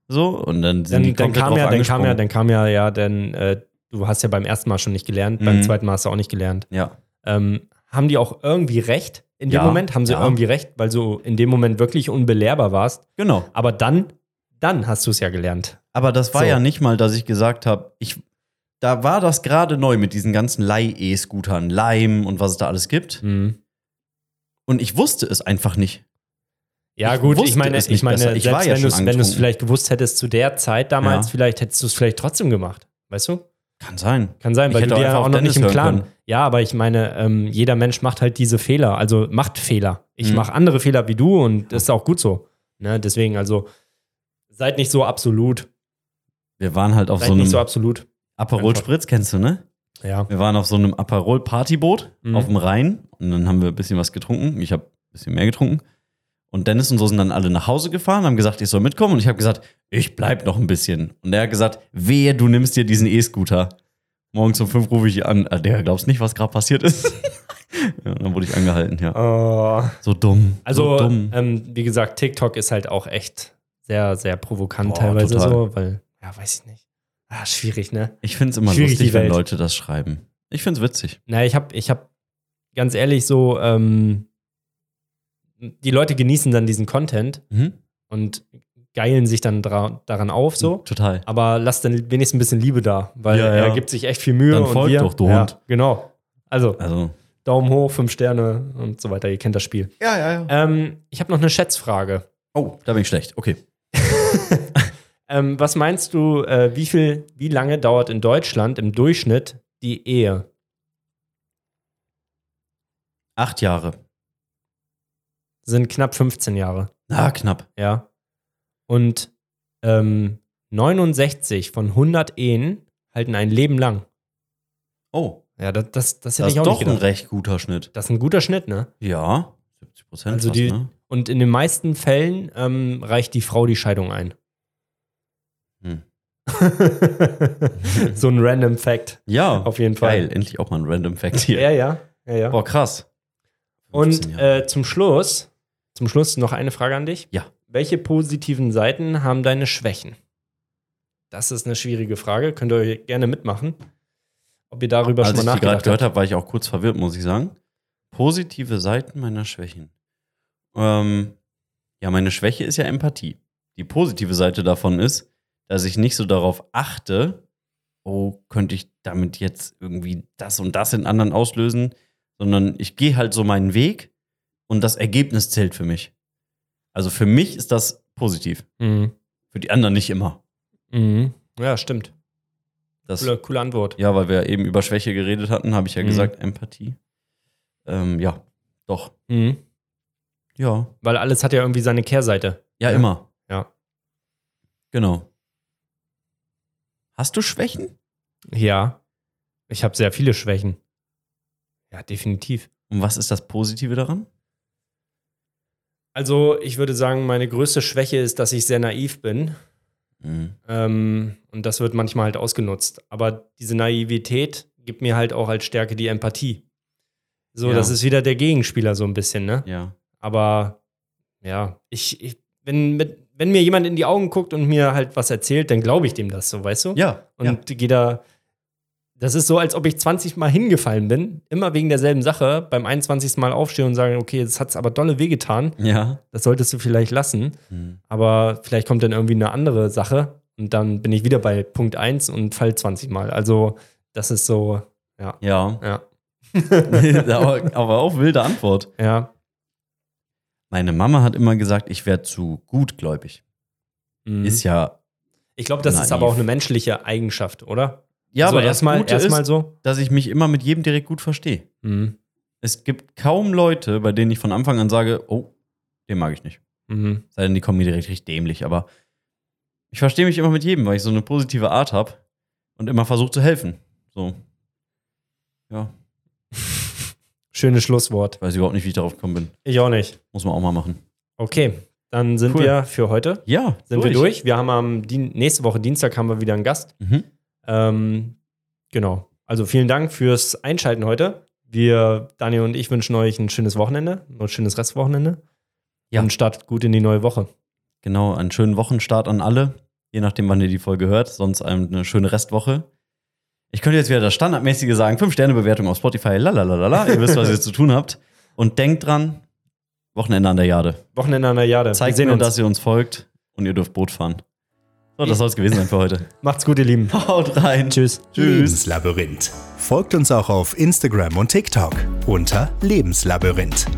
S2: So, und dann sind die
S1: dann, dann
S2: komplett
S1: kam
S2: drauf
S1: ja, dann kam ja,
S2: angesprungen.
S1: dann kam ja, ja, denn äh, du hast ja beim ersten Mal schon nicht gelernt, beim
S2: Mhm.
S1: zweiten Mal hast du auch nicht gelernt.
S2: Ja.
S1: Ähm, haben die auch irgendwie recht in dem
S2: Ja,
S1: Moment? Haben sie
S2: ja.
S1: irgendwie recht, weil du in dem Moment wirklich unbelehrbar warst.
S2: Genau.
S1: Aber dann, dann hast du es ja gelernt.
S2: Aber das war
S1: So.
S2: ja nicht mal, dass ich gesagt habe, ich. Da war das gerade neu mit diesen ganzen Leih-E-Scootern, Leim und was es da alles
S1: Hm.
S2: gibt. Und ich wusste es einfach nicht.
S1: Ja,
S2: Ich
S1: gut, ich
S2: wusste
S1: meine,
S2: es nicht
S1: ich meine
S2: besser. Ich
S1: selbst
S2: war ja
S1: wenn
S2: schon
S1: du es wenn du's
S2: angetrunken.
S1: vielleicht gewusst hättest zu der Zeit damals,
S2: Ja.
S1: vielleicht hättest du es vielleicht trotzdem gemacht. Weißt du?
S2: Kann sein.
S1: Kann sein,
S2: Ich
S1: weil
S2: hätte
S1: du
S2: auch
S1: dir ja
S2: einfach
S1: auch
S2: auf
S1: noch
S2: Dennis
S1: nicht im
S2: hören
S1: Klaren.
S2: können.
S1: Ja, aber ich meine, ähm, jeder Mensch macht halt diese Fehler, also macht Fehler. Ich
S2: Mhm.
S1: mache andere Fehler wie du und das ist auch gut so. Ne? Deswegen, also seid nicht so absolut.
S2: Wir waren halt auf
S1: Seid
S2: so einem
S1: nicht so absolut.
S2: Aperol
S1: einfach.
S2: Spritz, kennst du, ne?
S1: Ja.
S2: Wir waren auf so einem Aperol-Partyboot
S1: Mhm.
S2: auf dem Rhein und dann haben wir ein bisschen was getrunken. Ich habe ein bisschen mehr getrunken. Und Dennis und so sind dann alle nach Hause gefahren, haben gesagt, ich soll mitkommen. Und ich habe gesagt, ich bleib noch ein bisschen. Und er hat gesagt, wehe, du nimmst dir diesen E-Scooter. Morgens um fünf rufe ich ihn an. Ah, Digga, glaubst nicht, was gerade passiert ist? ja, und dann wurde ich angehalten, ja.
S1: Oh.
S2: So dumm.
S1: Also,
S2: so dumm.
S1: ähm, wie gesagt, TikTok ist halt auch echt sehr, sehr provokant
S2: Boah,
S1: teilweise
S2: total.
S1: so, weil, ja, weiß ich nicht. Ah, schwierig, ne?
S2: ich finde es immer
S1: schwierig, die
S2: lustig, wenn
S1: Welt.
S2: Leute das schreiben. Ich finde es witzig.
S1: Na, ich hab, ich hab ganz ehrlich so, ähm, die Leute genießen dann diesen Content
S2: Mhm.
S1: und geilen sich dann dra daran auf so.
S2: Total.
S1: Aber lass dann wenigstens ein bisschen Liebe da, weil
S2: Ja, ja.
S1: er gibt sich echt viel Mühe.
S2: Dann
S1: und
S2: folgt
S1: wir,
S2: doch, du
S1: ja,
S2: Hund.
S1: Genau. Also,
S2: Also.
S1: Daumen hoch, fünf Sterne und so weiter. Ihr kennt das Spiel.
S2: Ja, ja, ja.
S1: Ähm, ich habe noch eine Schätzfrage.
S2: Oh, da bin ich schlecht. Okay.
S1: Ähm, was meinst du, äh, wie viel, wie lange dauert in Deutschland im Durchschnitt die Ehe?
S2: Acht Jahre.
S1: Sind knapp 15 Jahre,
S2: Na, knapp.
S1: ja. Und ähm, 69 von 100 Ehen halten ein Leben lang.
S2: Oh,
S1: Ja, das, das, das hätte
S2: das
S1: ich
S2: ist
S1: auch
S2: doch
S1: nicht
S2: ein
S1: gedacht.
S2: recht guter Schnitt.
S1: Das ist ein guter Schnitt, ne?
S2: Ja, 70 Prozent.
S1: Also
S2: fast,
S1: die-
S2: Ne?
S1: Und in den meisten Fällen ähm, reicht die Frau die Scheidung ein.
S2: Hm.
S1: so ein random Fact,
S2: Ja,
S1: auf jeden Fall.
S2: geil. Endlich auch mal ein Random Fact hier.
S1: Ja, ja, ja, ja.
S2: Boah, krass. 15
S1: Und
S2: Jahre.
S1: äh, zum Schluss, zum Schluss noch eine Frage an dich.
S2: Ja.
S1: Welche positiven Seiten haben deine Schwächen? Das ist eine schwierige Frage. Könnt ihr euch gerne mitmachen, ob ihr darüber
S2: Als
S1: schon
S2: ich
S1: mal
S2: die gerade
S1: nachgedacht
S2: gehört
S1: habt.
S2: habe, war ich auch kurz verwirrt, muss ich sagen. Positive Seiten meiner Schwächen. Ähm, ja, meine Schwäche ist ja Empathie. Die positive Seite davon ist, dass ich nicht so darauf achte, oh, könnte ich damit jetzt irgendwie das und das in anderen auslösen, sondern ich gehe halt so meinen Weg und das Ergebnis zählt für mich. Also für mich ist das positiv,
S1: Mhm.
S2: für die anderen nicht immer.
S1: Mhm. Ja, stimmt.
S2: Das,
S1: Coole, coole Antwort.
S2: ja, weil wir eben über Schwäche geredet hatten, habe ich ja
S1: Mhm.
S2: gesagt, Empathie. Ähm, ja, doch.
S1: Mhm.
S2: Ja.
S1: Weil alles hat ja irgendwie seine Kehrseite.
S2: Ja,
S1: Ja.
S2: immer.
S1: Ja.
S2: Genau. Hast du Schwächen?
S1: Ja. Ich habe sehr viele Schwächen. Ja, definitiv.
S2: Und was ist das Positive daran?
S1: Also, ich würde sagen, meine größte Schwäche ist, dass ich sehr naiv bin. Ähm, und das wird manchmal halt ausgenutzt. Aber diese Naivität gibt mir halt auch als Stärke die Empathie. So,
S2: Ja.
S1: das ist wieder der Gegenspieler so ein bisschen, ne?
S2: Ja.
S1: Aber ja, ich, ich wenn, mit, wenn mir jemand in die Augen guckt und mir halt was erzählt, dann glaube ich dem das so, weißt du?
S2: Ja.
S1: Und gehe da. Das ist so, als ob ich 20 Mal hingefallen bin, immer wegen derselben Sache, beim 21. Mal aufstehe und sage, okay, jetzt hat es aber dolle wehgetan,
S2: ja.
S1: das solltest du vielleicht lassen. Aber vielleicht kommt dann irgendwie eine andere Sache und dann bin ich wieder bei Punkt 1 und fall 20 Mal. Also, das ist so,
S2: Ja.
S1: ja.
S2: aber, aber auch wilde Antwort.
S1: Ja.
S2: Meine Mama hat immer gesagt, ich wäre zu gutgläubig.
S1: Mhm.
S2: Ist ja,
S1: ich glaube, das ist
S2: naiv.
S1: aber auch eine menschliche Eigenschaft, oder?
S2: Ja,
S1: so
S2: aber
S1: erstmal
S2: das Gute
S1: erstmal
S2: ist,
S1: so.
S2: dass ich mich immer mit jedem direkt gut verstehe.
S1: Mhm.
S2: Es gibt kaum Leute, bei denen ich von Anfang an sage, oh, den mag ich nicht.
S1: Mhm.
S2: Sei denn, die kommen mir direkt richtig dämlich. Aber ich verstehe mich immer mit jedem, weil ich so eine positive Art habe und immer versuche zu helfen. So. Ja,
S1: Schönes Schlusswort.
S2: ich weiß überhaupt nicht, wie ich darauf gekommen bin.
S1: Ich auch nicht.
S2: Muss man auch mal machen.
S1: Okay, dann sind
S2: Cool.
S1: wir für heute.
S2: Ja,
S1: Sind wir durch. Wir haben am Dien nächste Woche Dienstag haben wir wieder einen Gast.
S2: Mhm.
S1: Ähm, genau. Also vielen Dank fürs Einschalten heute. Wir, Daniel und ich, wünschen euch ein schönes Wochenende, ein schönes Restwochenende.
S2: Ja.
S1: Und startet gut in die neue Woche.
S2: Genau, einen schönen Wochenstart an alle. Je nachdem, wann ihr die Folge hört. Sonst eine schöne Restwoche. Ich könnte jetzt wieder das Standardmäßige sagen: 5-Sterne-Bewertung auf Spotify, lalalala. Ihr wisst, was ihr zu tun habt. Und denkt dran: Wochenende an der Jade.
S1: Wochenende an der Jade.
S2: Zeigt
S1: wir sehen
S2: mir,
S1: uns.
S2: dass ihr uns folgt und ihr dürft Boot fahren. So, das soll es gewesen sein für heute.
S1: Macht's gut, ihr Lieben.
S2: Haut rein.
S1: Tschüss.
S5: Lebenslabyrinth. Folgt uns auch auf Instagram und TikTok unter Lebenslabyrinth.